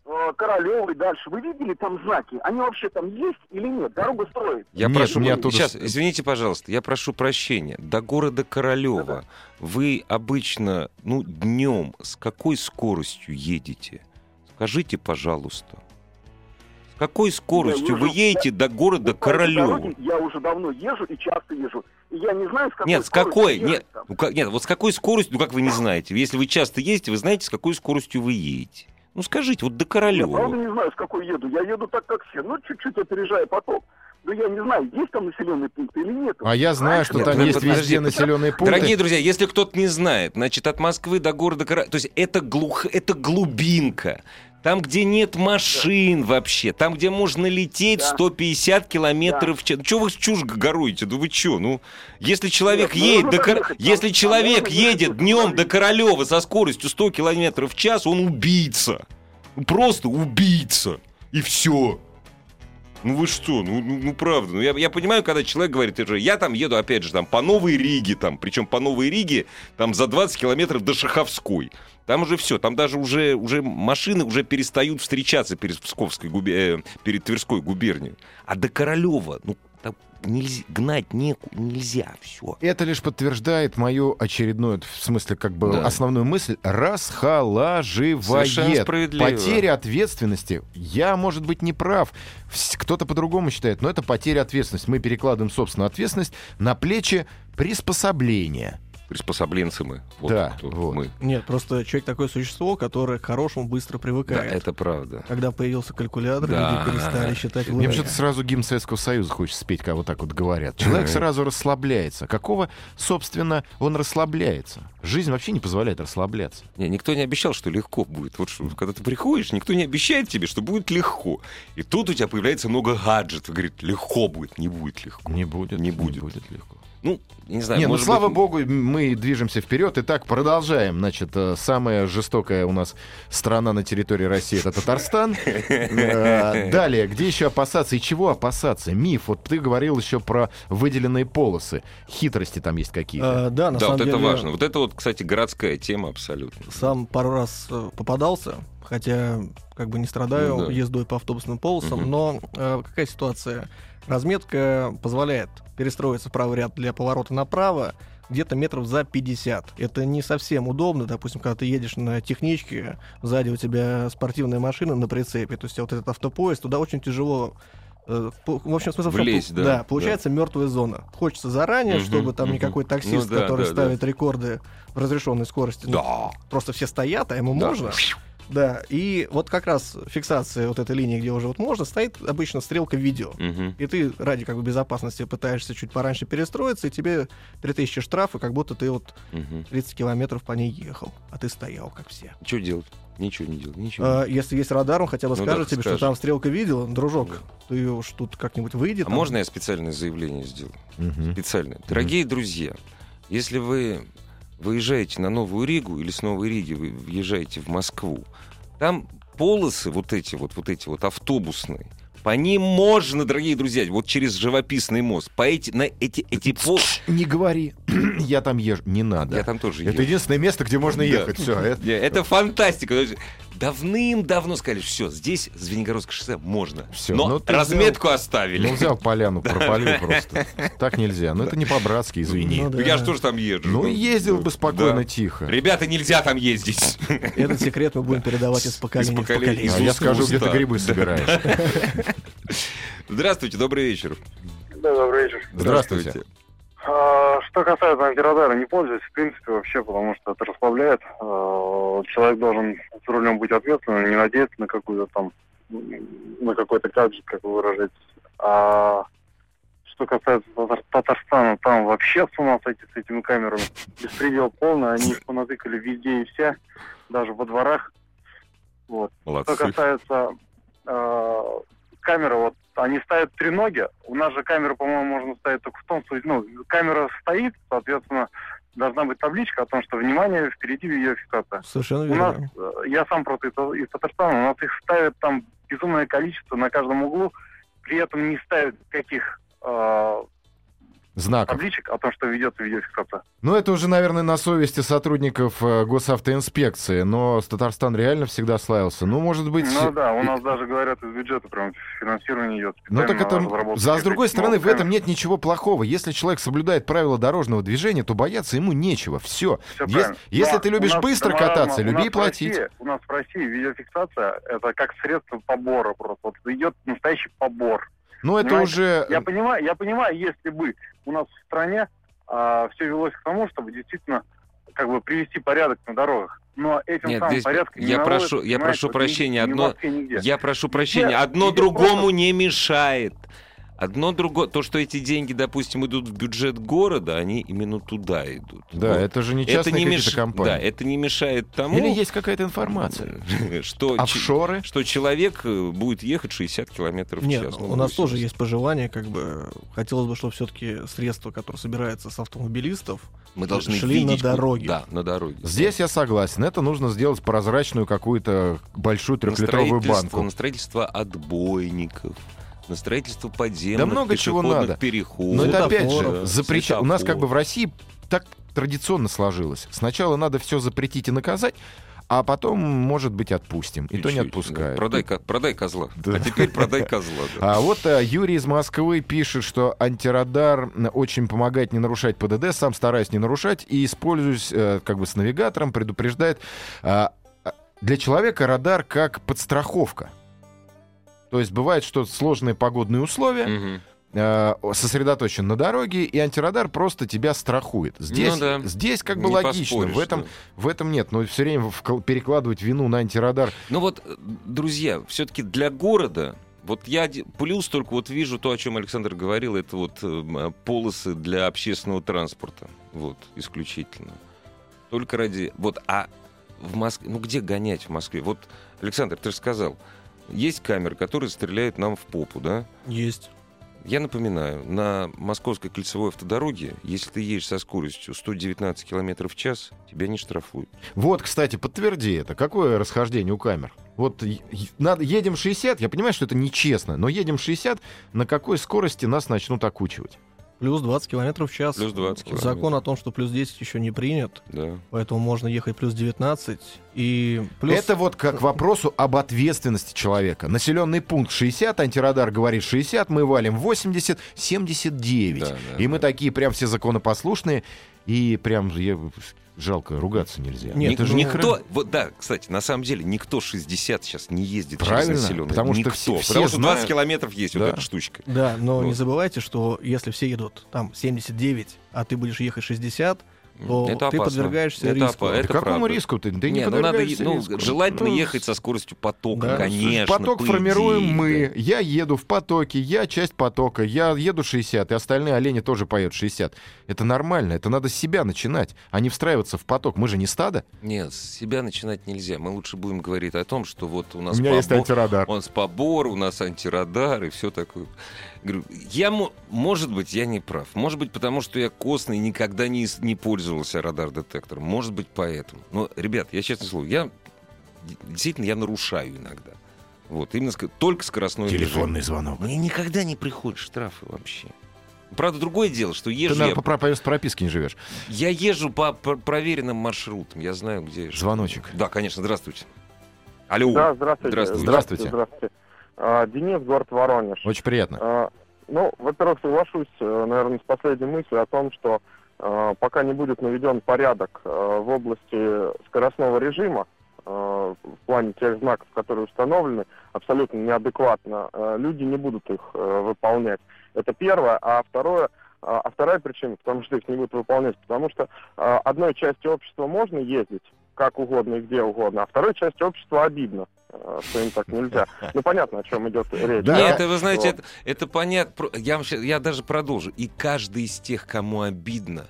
S8: а, Королёвой дальше. Вы видели там знаки? Они вообще там есть или нет? Дорогу строят.
S2: Я
S3: Нет,
S2: прошу,
S3: у меня оттуда-
S2: сейчас, извините, пожалуйста, я прошу прощения. До города Королева вы обычно, ну, днем с какой скоростью едете? Скажите, пожалуйста. С какой скоростью вы
S8: езжу-
S2: едете до города
S8: Вот по этой
S2: Королева?
S8: дороге Я уже давно езжу и часто езжу. И я не знаю, с какой
S2: Нет, с
S8: скоростью
S2: какой?
S8: ехать
S2: Нет,
S8: там.
S2: ну, как- нет, вот с какой скоростью, ну как вы не знаете? Если вы часто едете, вы знаете, с какой скоростью вы едете. Ну скажите, вот до
S8: Я правда
S2: Королева.
S8: не знаю, с какой еду. Я еду так, как все. Ну, чуть-чуть опережаю поток. Но я не знаю, есть там населенный пункт или нет.
S3: А я знаю, что
S2: Нет,
S3: там
S2: подожди,
S3: есть
S2: подожди.
S3: везде населенные
S2: Дорогие
S3: пункты.
S2: друзья, если кто-то не знает, значит, от Москвы до города Королева... То есть это, глух... это глубинка. Там, где нет машин вообще, там, где можно лететь
S8: Да.
S2: 150 километров в час. Чего вы чушь горюете? Да вы чё? Ну, если
S8: Нет,
S2: человек
S8: ну,
S2: едет,
S8: ну,
S2: до
S8: так
S2: Кор-
S8: ехать, там-
S2: если
S8: там
S2: человек
S8: можно ехать,
S2: едет
S8: там
S2: днем до
S8: ехать.
S2: Королева со скоростью 100 километров в час, он убийца. Ну, Просто убийца. И все. Ну вы что, ну, ну, ну правда, ну я, я понимаю, когда человек говорит, это же я там еду, опять же, там по Новой Риге, там, причем по Новой Риге, там за 20 километров до Шаховской. Там уже все, там даже уже, уже машины уже перестают встречаться перед, Псковской губе- э, перед Тверской губернией. А до Королева, ну, там нельзя, гнать неку, нельзя, все.
S3: Это лишь подтверждает мою очередную, в смысле, как бы
S2: Да.
S3: основную мысль,
S2: Совершенно
S3: расхолаживает.
S2: справедливо.
S3: Потеря ответственности. Я, может быть, не прав. Вс- Кто-то по-другому считает, но это потеря ответственности. Мы перекладываем собственную ответственность на плечи приспособления.
S2: Приспособленцы мы. Вот
S3: Да,
S2: кто
S3: вот.
S2: мы.
S4: Нет, просто человек такое существо, которое к хорошему быстро
S2: Да,
S4: привыкает.
S2: это правда.
S4: Когда появился калькулятор,
S2: Да.
S4: люди перестали считать
S2: Мне
S3: Мне
S4: вложения.
S3: почему-то сразу гимн Советского Союза хочется спеть, когда вот так вот говорят. Человек сразу расслабляется. Какого, собственно, он расслабляется? Жизнь вообще не позволяет расслабляться.
S2: Не, никто не обещал, что легко будет. Вот что, когда ты приходишь, никто не обещает тебе, что будет легко. И тут у тебя появляется много гаджетов. Говорит, легко будет, не будет легко.
S3: Не будет.
S2: Не будет.
S3: легко.
S2: Ну, я не знаю,
S3: не, ну
S2: может
S3: слава
S2: быть,
S3: богу, мы движемся вперед. Итак, продолжаем. Значит, э, самая жестокая у нас страна на территории России это Татарстан. Э, Далее, где еще опасаться и чего опасаться? Миф. Вот ты говорил еще про выделенные полосы. Хитрости там есть какие-то.
S4: А, да, на
S2: Да,
S4: самом
S2: вот это
S4: деле,
S2: важно. Вот это вот, кстати, городская тема абсолютно.
S4: Сам пару раз э, попадался, хотя как бы не страдаю
S2: Ну да.
S4: ездой по автобусным полосам,
S2: Мгм.
S4: но э, какая ситуация? Разметка позволяет перестроиться в правый ряд для поворота направо где-то метров за 50. Это не совсем удобно, допустим, когда ты едешь на техничке, сзади у тебя спортивная машина на прицепе, то есть вот этот автопоезд, туда очень тяжело э, по- в общем, смысл в том,
S2: Влезть,
S4: пу-
S2: да, да.
S4: получается мертвая зона. Хочется заранее,
S2: Мгм,
S4: чтобы там
S2: мгм.
S4: никакой таксист,
S2: Ну да,
S4: который
S2: да, да.
S4: ставит рекорды в разрешенной скорости, ну,
S2: Да.
S4: просто все стоят, а ему можно. Да, и вот как раз фиксация вот этой линии, где уже вот можно, стоит обычно стрелка видео.
S2: Мгм.
S4: И ты ради как бы безопасности пытаешься чуть пораньше перестроиться, и тебе 3000 штрафа, как будто ты вот
S2: Мгм.
S4: 30 километров по ней ехал, а ты стоял, как все.
S2: Что делать? Ничего не делать. Ничего.
S4: А, если есть радар, он хотя бы
S2: Ну да,
S4: скажет тебе,
S2: скажет.
S4: что там стрелка видела, дружок, ты уж тут как-нибудь выйдет.
S2: а можно я специальное заявление сделаю?
S3: Мгм.
S2: специально. Дорогие друзья, если вы выезжаете на Новую Ригу или с Новой Риги вы въезжаете в Москву, там полосы вот эти вот, вот эти вот автобусные, по ним можно, дорогие друзья, вот через живописный мост, по эти, на эти, эти пол-
S3: Не говори, я там езжу. Не
S2: Я
S3: надо.
S2: там тоже
S3: Это
S2: еду.
S3: единственное место, где можно
S2: Да.
S3: ехать. Все, это
S2: Не, Это фантастика. То есть Давным-давно сказали, все, здесь, Звенигородское шоссе, можно.
S3: Всё,
S2: Но
S3: ну ты
S2: разметку оставили.
S3: Ну, взял поляну, пропалил просто. Так нельзя. Ну, это не по-братски, извини.
S4: Ну,
S2: Ну, я
S4: да.
S2: же тоже там езжу.
S3: Ну, ездил бы
S2: Да.
S3: спокойно, тихо.
S2: Ребята, нельзя там ездить.
S4: Этот секрет мы будем передавать из поколения в
S2: поколения.
S4: поколение.
S2: из
S3: А я
S2: уст в
S3: скажу,
S2: уста.
S3: где ты грибы собираешь.
S2: Здравствуйте, добрый вечер.
S9: Да, добрый вечер.
S3: Здравствуйте.
S9: А, Что касается антирадара, не пользуюсь, в принципе, вообще, потому что это расслабляет. А, Человек должен с рулем быть ответственным, не надеяться на какую-то там, м, на какой-то гаджет, как вы выражаетесь. А что касается Татар- Татарстана, там вообще с ума сойти с этими камерами. Беспредел полный, они их понатыкали везде и вся, даже во дворах. Вот. Что
S2: Молодцы.
S9: касается э, камера, вот они ставят три ноги. У нас же камеру, по-моему, можно ставить только в том случае, ну, камера стоит, соответственно, должна быть табличка о том, что внимание, впереди видеофиксация.
S4: Совершенно
S9: У нас,
S4: верно.
S9: э, я сам просто из, Та- из Татарстана, у нас их ставят там безумное количество на каждом углу, при этом не ставят никаких э,
S3: Знаков.
S9: табличек о том, что ведется видеофиксация.
S3: Ну, это уже, наверное, на совести сотрудников э, госавтоинспекции, но с Татарстан реально всегда славился. Ну, может быть...
S9: Ну да, у
S3: и-
S9: нас даже говорят из бюджета прям финансирование идет.
S3: Ну так
S9: специально
S3: это...
S9: на разработку
S3: За, с
S9: этих
S3: другой стороны, в
S9: новых
S3: этом нет ничего плохого. Если человек соблюдает правила дорожного движения, то бояться ему нечего. Все.
S9: Всё
S3: Ес-
S9: правильно.
S3: если
S9: Но
S3: ты любишь
S9: у нас
S3: быстро
S9: гонорар-
S3: кататься,
S9: у
S3: люби
S9: нас
S3: и
S9: в
S3: платить.
S9: России- у нас в России видеофиксация это как средство побора просто. Вот идет настоящий побор.
S3: Но это
S9: Понимаете,
S3: уже...
S9: Ну, а Я понимаю, я понимаю, если бы у нас в стране все велось к тому, чтобы действительно как бы привести порядок на дорогах. Но этим
S2: Нет,
S9: самым
S2: здесь
S9: порядком
S2: я
S9: не
S2: прошу-
S9: наводится,
S2: я
S9: понимаете,
S2: прошу
S9: вот
S2: прощения,
S9: ни- ни в
S2: одно-
S9: Москве, нигде.
S2: Я прошу прощения, одно
S9: идет
S2: другому
S9: просто-
S2: не мешает. Одно другое, то, что эти деньги, допустим, идут в бюджет города, они именно туда идут.
S3: Да,
S2: Вот.
S3: это же не частные
S2: не
S3: какие-то
S2: меш-
S3: компании.
S2: Да, это не мешает тому,
S3: Или есть какая-то информация?
S2: что, ч-
S3: Офшоры?
S2: что человек э, будет ехать 60 километров в час.
S4: Нет,
S2: Ну,
S4: у нас
S2: будет
S4: тоже
S2: 70.
S4: есть пожелание, как бы хотелось бы, чтобы все-таки средства, которые собираются с автомобилистов,
S2: Мы должны
S4: шли на
S2: видеть, куда-
S4: дороге.
S2: Да, на дороге.
S3: Здесь я согласен. Это нужно сделать прозрачную какую-то большую
S2: На
S3: трехлитровую
S2: строительство-
S3: банку.
S2: На строительство отбойников, на строительство подземных
S3: Да много чего
S2: пешеходных
S3: надо.
S2: переходов.
S3: Но это опять
S4: Светофоров.
S3: же запрещ... У нас как бы
S2: э, Светофор.
S3: в России так традиционно сложилось. Сначала надо все запретить и наказать, а потом, может быть, отпустим. И то не
S2: Чуть-чуть, да.
S3: отпускают.
S2: Продай, ко- продай козла.
S3: Да.
S2: А теперь продай козла. да.
S3: А вот э, Юрий из Москвы пишет, что антирадар м, очень помогает не нарушать ПДД, сам стараюсь не нарушать и используюсь э, как бы с навигатором, предупреждает. А, а, для человека радар как подстраховка. То есть бывает, что сложные погодные условия,
S2: Мгм.
S3: э, сосредоточен на дороге, и антирадар просто тебя страхует. Здесь,
S2: Ну да.
S3: здесь как бы
S2: Не
S3: логично,
S2: поспоришь,
S3: в этом,
S2: да.
S3: в этом нет. Но все время вкл- перекладывать вину на антирадар.
S2: Ну вот, э, друзья, все-таки для города. Вот я оди- плюс только вот вижу то, о чем Александр говорил, это вот э, м, полосы для общественного транспорта, вот исключительно. Только ради вот, а в Москве, ну где гонять в Москве? Вот Александр, ты же сказал, есть камеры, которые стреляют нам в попу, да?
S4: есть.
S2: Я напоминаю, на Московской кольцевой автодороге, если ты едешь со скоростью 119 км в час, тебя не штрафуют.
S3: Вот, кстати, подтверди это. Какое расхождение у камер? Вот е- е- надо, едем 60, я понимаю, что это нечестно, но едем 60, на какой скорости нас начнут окучивать?
S4: Плюс 20 километров в час.
S2: Плюс 20 километров.
S4: Закон о том, что плюс 10 еще не принят,
S2: Да.
S4: поэтому можно ехать плюс 19. И плюс...
S3: Это вот как к вопросу об ответственности человека. Населенный пункт 60, антирадар говорит 60, мы валим 80, 79.
S2: Да, да,
S3: и мы
S2: да.
S3: такие прям все законопослушные, и прям я- жалко, ругаться нельзя.
S4: Нет,
S2: Ни-
S4: это же
S2: ну, никто, вот да, кстати, на самом деле никто 60 сейчас не ездит
S3: Правильно,
S2: через населенный.
S3: потому что
S2: никто,
S3: все- все
S2: потому что 20
S3: знают.
S2: километров есть
S3: Да.
S2: вот эта штучка.
S4: Да, но не
S2: Вот.
S4: забывайте, что если все едут там 79, а ты будешь ехать 60, то
S2: это
S4: Ну, ты
S2: опасно.
S4: подвергаешься
S2: это
S4: риску.
S2: опа-
S3: Да
S2: это
S3: какому
S2: правда.
S3: риску ты? Да не
S2: не, ну надо, е-
S3: подвергаешься
S2: ну,
S3: риску.
S2: желательно
S3: Ну,
S2: ехать со скоростью потока,
S4: Да.
S2: конечно.
S3: Поток
S2: по
S3: формируем
S2: идее,
S3: мы. Я еду в потоке, я часть потока, я еду 60, и остальные олени тоже поют 60. Это нормально, это надо с себя начинать, а не встраиваться в поток. Мы же не стадо.
S2: да. Нет, с себя начинать нельзя. Мы лучше будем говорить о том, что вот у
S3: У
S2: нас
S3: меня есть
S2: побо-
S3: антирадар.
S2: Он с побора, у нас антирадар и все такое. Говорю, я, мо- может быть, я не прав. Может быть, потому что я костный, никогда не, ис- не пользовался радар-детектором. Может быть, поэтому. Но, ребят, я честно слово, я д- действительно я нарушаю иногда. Вот, именно ск- только скоростное движение.
S3: звонок.
S2: Мне никогда не приходят штрафы вообще. Правда, другое дело, что
S3: Ты,
S2: езжу я,
S3: наверное, по, про- по прописке не живешь.
S2: я езжу по, по проверенным маршрутам. Я знаю, где...
S3: Звоночек.
S2: Да, конечно, здравствуйте. Алло.
S9: Да, здравствуйте.
S2: Здравствуйте.
S3: Здравствуйте.
S9: Здравствуйте. А, Денис, город Воронеж.
S3: Очень приятно.
S9: А, Ну, во-первых, соглашусь, э, наверное, с последней мыслью о том, что а, пока не будет наведен порядок а, в области скоростного режима, а, в плане тех знаков, которые установлены, абсолютно неадекватно, а, люди не будут их а, выполнять. Это первое. А второе, а а вторая причина, потому что их не будут выполнять, потому что а, одной части общества можно ездить как угодно и где угодно, а второй части общества обидно, а, что им так нельзя. Ну, понятно, о чем идет речь.
S3: Да.
S2: Нет, это, вы знаете,
S9: Вот.
S2: это, понятно. Я, вам щас- я даже продолжу. И каждый из тех, кому обидно,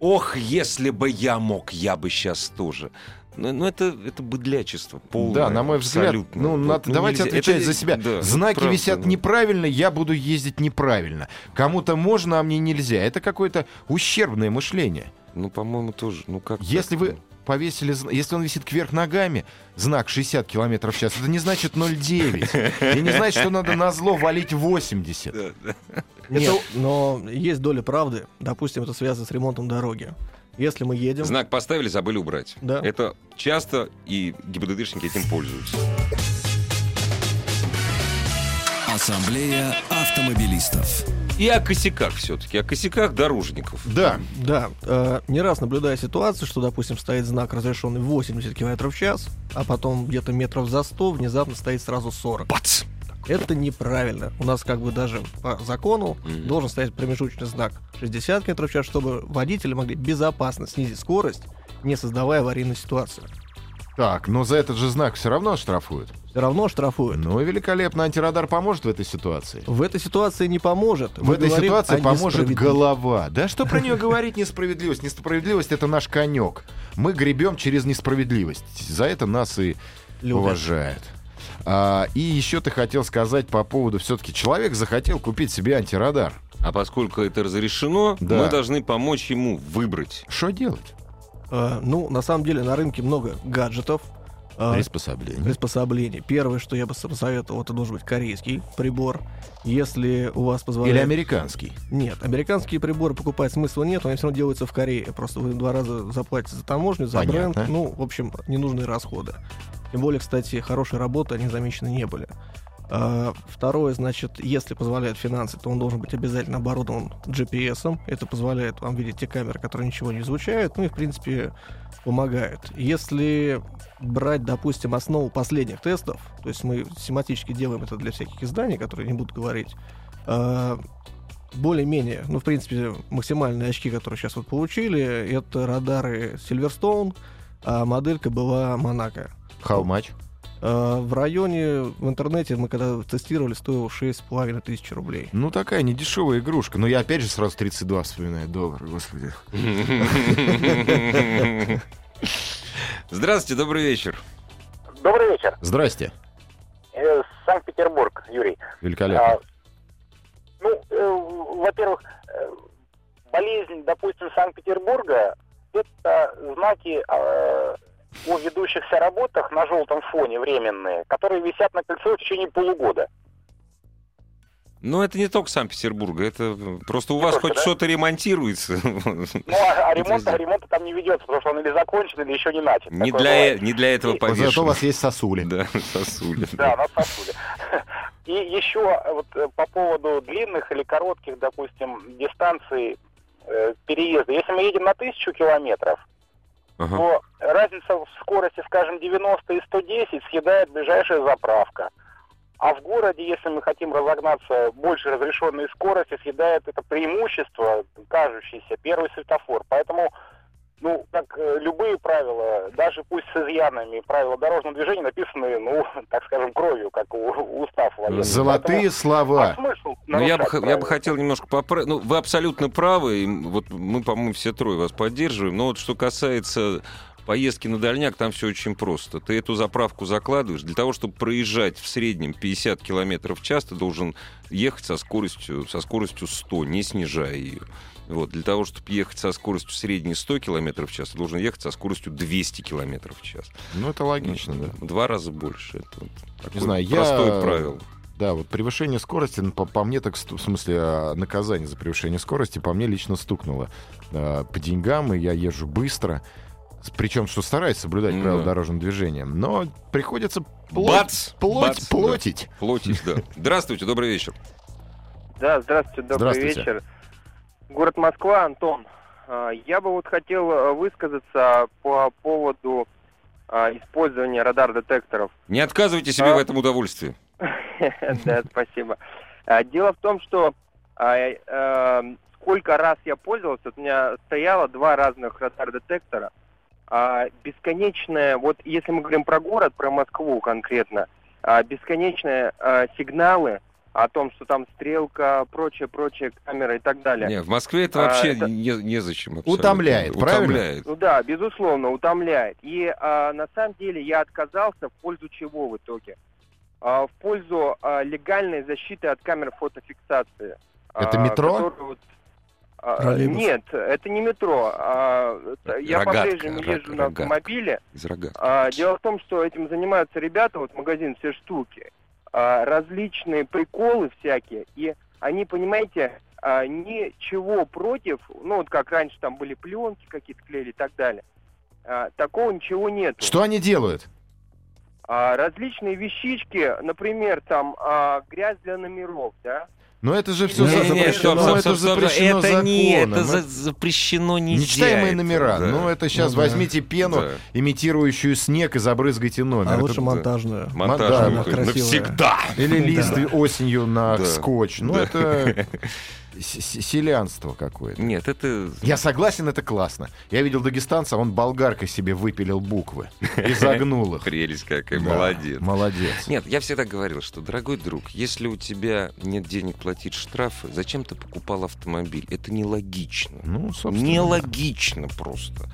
S2: Ох, если бы я мог, я бы сейчас тоже. Ну, ну, это, это быдлячество полное.
S3: да, на мой взгляд,
S2: абсолютно.
S3: ну,
S2: Вот,
S3: надо- давайте
S2: нельзя.
S3: отвечать
S2: Это-
S3: за себя.
S2: да,
S3: Знаки
S2: правда,
S3: висят
S2: ну.
S3: неправильно, я буду ездить неправильно. Кому-то можно, а мне нельзя. Это какое-то ущербное мышление.
S2: Ну, по-моему, тоже. Ну, как
S3: Если
S2: так?
S3: вы повесили, зн- если он висит кверх ногами, знак 60 километров в час, это не значит 0,9. И не значит, что надо на зло валить 80.
S2: Да, да.
S4: Нет, но есть доля правды. Допустим, это связано с ремонтом дороги. Если мы едем...
S2: Знак поставили, забыли убрать.
S4: Да.
S2: Это часто, и ГИБДДшники этим пользуются.
S10: Ассамблея автомобилистов.
S2: И о косяках все-таки, о косяках дорожников.
S3: Да,
S4: Да, э, не раз наблюдая ситуацию, что, допустим, стоит знак, разрешенный 80 км в час, а потом где-то метров за 100 внезапно стоит сразу 40.
S2: Бац!
S4: Это неправильно. У нас как бы даже по закону
S2: Мгм.
S4: должен стоять промежуточный знак 60 км в час, чтобы водители могли безопасно снизить скорость, не создавая аварийную ситуацию.
S3: так, но за этот же знак все равно штрафуют.
S4: Все равно штрафуют.
S3: Ну и великолепно, антирадар поможет в этой ситуации.
S4: В этой ситуации не поможет.
S3: В
S4: Мы
S3: этой
S4: говорим
S3: ситуации
S4: о
S3: поможет
S4: несправедливости.
S3: голова. Да что про нее говорить несправедливость? Несправедливость это наш конек. Мы гребем через несправедливость. За это нас и
S4: Любят.
S3: уважают. А, и еще ты хотел сказать по поводу все-таки человек захотел купить себе антирадар.
S2: А поскольку это разрешено,
S3: Да.
S2: мы должны помочь ему выбрать.
S3: Что делать?
S4: Э, ну, на самом деле, на рынке много гаджетов.
S3: А?
S4: э,
S3: Приспособление.
S4: приспособление. Первое, что я бы посоветовал, это должен быть корейский прибор. Если у вас позволяет...
S3: Или американский.
S4: Нет, американские приборы покупать смысла нет, они все равно делаются в Корее. Просто вы два раза заплатите за таможню, за
S3: Понятно.
S4: бренд. Ну, в общем, ненужные расходы. Тем более, кстати, хорошей работы они замечены не были. А, Второе, значит, если позволяют финансы, то он должен быть обязательно оборудован GPS. -ом. Это позволяет вам видеть те камеры, которые ничего не излучают, ну и, в принципе, помогают. Если брать, допустим, основу последних тестов, то есть мы семантически делаем это для всяких изданий, которые не будут говорить, а, более-менее, ну, в принципе, максимальные очки, которые сейчас вот получили, это радары Silverstone, а моделька была Монако.
S3: How much?
S4: Э, В районе, в интернете мы когда тестировали, стоило 6,5 тысячи рублей.
S3: Ну такая недешевая игрушка. Но я опять же сразу 32 вспоминаю доллар, господи.
S2: Здравствуйте, добрый вечер.
S11: Добрый вечер.
S3: Здрасте.
S11: Э, Санкт-Петербург, Юрий.
S3: Великолепно.
S11: А, ну, э, во-первых, э, болезнь, допустим, Санкт-Петербурга – это знаки э, о ведущихся работах на желтом фоне временные, которые висят на кольцо в течение полугода.
S2: Ну, это не только Санкт-Петербурга, это просто у вас
S11: Только,
S2: хоть
S11: да?
S2: что-то ремонтируется.
S11: Ну, а, а ремонт,
S2: Подожди.
S11: а ремонта там не ведется, потому что он или закончен, или еще не начат.
S2: Не
S11: Такое
S2: для,
S11: бывает.
S2: э- не для этого
S11: Вот
S3: Вот Зато у
S2: повешено.
S3: вас есть сосули.
S2: Да, сосули.
S11: Да, нас сосули. И еще э, вот э, по поводу длинных или коротких, допустим, дистанций э, переезда. Если мы едем на тысячу километров,
S2: Ага.
S11: то разница в скорости, скажем, 90 и 110 съедает ближайшая заправка. А в городе, если мы хотим разогнаться больше разрешенной скорости, съедает это преимущество, кажущееся, первый светофор. Поэтому, ну, как э, любые правила, даже пусть с изъянами, правила дорожного движения написаны, ну, так скажем, кровью, как у, у устав военных.
S3: Золотые
S11: Поэтому, а
S3: слова.
S11: смысл
S2: Ну, я бы,
S11: нарушать
S2: х- я
S11: правила?
S2: бы хотел немножко поправить. Ну, вы абсолютно правы, и м, вот мы, по-моему, все трое вас поддерживаем. Но вот что касается поездки на дальняк, там все очень просто. Ты эту заправку закладываешь. Для того, чтобы проезжать в среднем 50 километров в час, ты должен ехать со скоростью, со скоростью 100, не снижая ее. Вот, для того, чтобы ехать со скоростью средней 100 км в час, ты должен ехать со скоростью 200 км в час.
S3: Ну, это логично, да.
S2: Два раза больше. Это вот такое
S3: знаю, я-
S2: простое правило.
S3: Да, вот превышение скорости, ну, по, по мне так, сту- в смысле, а, наказание за превышение скорости, по мне лично стукнуло а, по деньгам, и я езжу быстро. Причем, что стараюсь соблюдать
S2: Ну
S3: правила
S2: да.
S3: дорожного движения, но приходится пло-
S2: Бац!
S3: пло-
S2: Бац! Да.
S3: плотить.
S2: Плотись, да. Здравствуйте, добрый вечер.
S12: Да, здравствуйте, добрый
S3: Здравствуйте.
S12: вечер. Город Москва, Антон. А, Я бы вот хотел э, высказаться по поводу а, использования радар-детекторов.
S2: Не отказывайте себе
S12: А?
S2: в этом удовольствии.
S12: Да, спасибо. А, Дело в том, что а, э, сколько раз я пользовался, вот у меня стояло два разных радар-детектора. А, Бесконечное, вот если мы говорим про город, про Москву конкретно, а, бесконечные а, сигналы о том, что там стрелка, прочее, прочее, камера и так далее.
S2: Не, в Москве это
S12: А,
S2: вообще
S12: это-
S2: Не, незачем. абсолютно.
S3: Утомляет, правильно?
S2: Утомляет.
S12: Ну да, безусловно, утомляет. И а, на самом деле я отказался в пользу чего в итоге? А, в пользу а, легальной защиты от камер фотофиксации.
S3: Это метро?
S12: которую вот, а,
S4: Троллейбус?
S12: нет, это не метро. а, т- я
S2: Рогатка,
S12: по-прежнему
S2: рог-
S12: езжу на
S2: рогатка.
S12: автомобиле.
S2: Из рога.
S12: А, дело в том, что этим занимаются ребята, вот магазин все штуки, а, различные приколы всякие, и они, понимаете, а, ничего против, ну вот как раньше там были пленки какие-то клеили и так далее. А, такого ничего нет.
S3: Что они делают?
S12: различные вещички, например, там а, грязь для номеров, да?
S3: Ну это же все
S2: Не-не-не,
S3: запрещено. Ну,
S2: стоп, стоп,
S3: это
S2: стоп, стоп,
S3: запречено
S2: это не,
S3: законом.
S2: это за- запрещено нельзя.
S3: Нечитаемые
S2: это,
S3: номера.
S2: да.
S3: Ну это сейчас
S4: Ну да.
S3: возьмите пену,
S2: Да.
S3: имитирующую снег, и забрызгайте номер.
S4: А
S3: Это-
S4: лучше монтажную.
S2: Монтаж
S3: Да,
S2: ну,
S3: она
S2: то есть
S4: красивая.
S2: навсегда.
S3: Или
S4: Да.
S3: лист осенью на
S2: Да.
S3: скотч. Ну
S2: Да.
S3: это с- с- селянство какое-то.
S2: Нет, это...
S3: Я согласен, это классно. Я видел дагестанца, он болгаркой себе выпилил буквы и загнул их.
S2: Прелесть какая,
S3: Да,
S2: молодец.
S3: Молодец.
S2: Нет, я всегда говорил, что, дорогой друг, если у тебя нет денег платить штрафы, зачем ты покупал автомобиль? Это нелогично.
S3: Ну, собственно.
S2: Нелогично просто.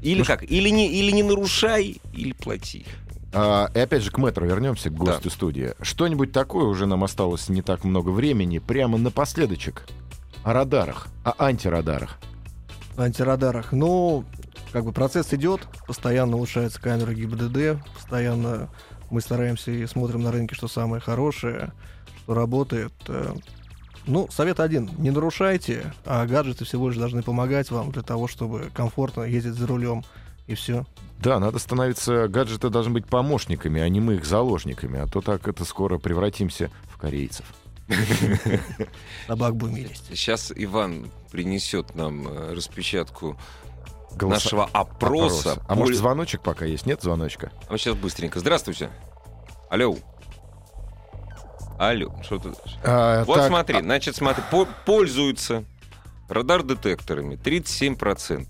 S2: Или как? Или не, или не нарушай, или плати.
S3: А, и опять же, к метро вернемся, к гостю студии. Что-нибудь такое уже нам осталось не так много времени. Прямо напоследочек. О радарах, о антирадарах.
S4: На антирадарах. Ну, как бы процесс идет, постоянно улучшаются камеры ГИБДД, постоянно мы стараемся и смотрим на рынке, что самое хорошее, что работает. Э, Ну, совет один, не нарушайте, а гаджеты всего лишь должны помогать вам для того, чтобы комфортно ездить за рулем, и все.
S3: Да, надо становиться... Гаджеты должны быть помощниками, а не мы их заложниками. А то так это скоро превратимся в корейцев.
S4: Собак будем есть.
S2: Сейчас Иван принесет нам э, распечатку
S3: Голоса-
S2: нашего опроса.
S3: опроса. А
S2: Пол-
S3: может, звоночек пока есть? Нет звоночка?
S2: А мы сейчас быстренько. Здравствуйте. Алло. Алло. Что ты...
S3: А,
S2: Вот
S3: так,
S2: смотри, значит, смотри, по- пользуются радар-детекторами 37%,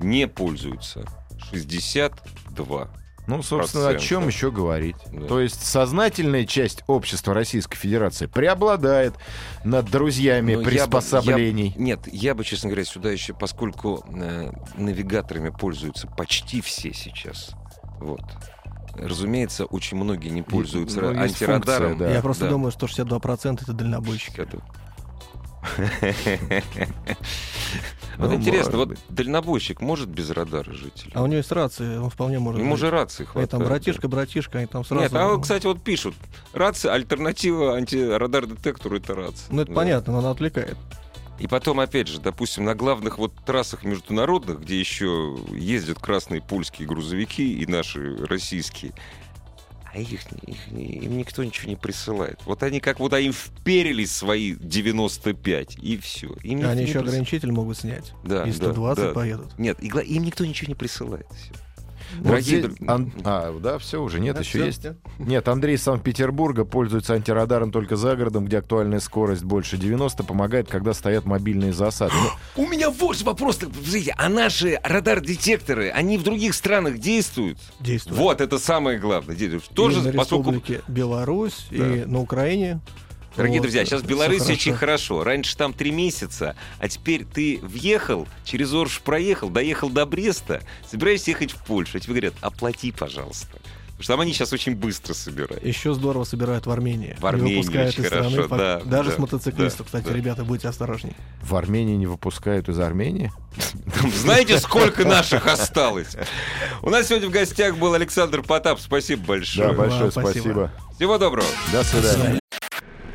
S2: не пользуются 62%.
S3: Ну, собственно, о
S2: процент,
S3: чем
S2: да.
S3: еще говорить?
S2: Да.
S3: То есть сознательная часть общества Российской Федерации преобладает над друзьями
S2: Но я бы- я бы-
S3: приспособлений.
S2: Нет, я бы, честно говоря, сюда еще, поскольку э, навигаторами пользуются почти все сейчас, вот. Разумеется, очень многие не пользуются
S3: Ну, есть
S2: антирадаром.
S3: функция, Да,
S4: Я просто
S2: да.
S4: думаю, что 62% это дальнобойщики.
S2: Это-
S3: Ну,
S2: Вот
S4: Ну,
S2: интересно,
S3: может
S2: вот дальнобойщик может без радара жить?
S4: А у него есть рации, он вполне может...
S2: Ему
S4: жить.
S2: же рации
S4: Они
S2: хватает.
S4: там братишка, братишка, они там сразу...
S2: Нет, а вот, кстати, вот пишут. Рация, альтернатива антирадар-детектору — это рация.
S4: Ну, это
S2: Да.
S4: понятно, но она отвлекает.
S2: И потом, опять же, допустим, на главных вот трассах международных, где еще ездят красные польские грузовики и наши российские, а их, их- им никто ничего не присылает. Вот они как вот а им вперились свои 95, и все. Им никто
S4: Они
S2: не
S4: еще
S2: присылает.
S4: ограничитель могут снять.
S2: Да,
S4: И
S2: да,
S4: 120
S2: да.
S4: поедут.
S2: Нет, и гла- им никто ничего не присылает. Всё.
S3: Вот
S2: Дорогие
S3: здесь
S2: дру-
S3: ан- А, да, все уже, нет,
S4: Да,
S3: еще
S4: всё,
S3: есть.
S4: всё.
S3: Нет, Андрей из Санкт-Петербурга пользуется антирадаром только за городом, где актуальная скорость больше 90, помогает, когда стоят мобильные засады. Ну,
S2: У меня вот вопрос, так, подождите, а наши радар-детекторы, они в других странах действуют?
S4: Действует.
S2: Вот, это самое главное. Действуют.
S4: И
S2: Тоже,
S4: на
S2: поскольку...
S4: Республике Беларусь и
S2: Да.
S4: на Украине.
S2: Дорогие
S4: Вот,
S2: друзья, сейчас в
S4: всё
S2: Беларуси
S4: хорошо.
S2: очень хорошо. Раньше там три месяца, а теперь ты въехал, через Орш проехал, доехал до Бреста, собираешься ехать в Польшу. А тебе говорят, оплати, пожалуйста. Потому что там они сейчас очень быстро собирают.
S4: Еще здорово собирают в Армении.
S2: В Армении
S4: Не выпускают
S2: очень
S4: из страны,
S2: хорошо,
S4: по-
S2: да,
S4: Даже
S2: да,
S4: с мотоциклистов,
S2: да,
S4: кстати,
S2: да.
S4: ребята, будьте осторожней.
S3: В Армении не выпускают из Армении?
S2: Знаете, сколько наших осталось? У нас сегодня в гостях был Александр Потап. Спасибо
S3: Да,
S2: большое.
S3: большое
S4: Вам спасибо.
S3: спасибо.
S2: Всего доброго.
S3: До свидания.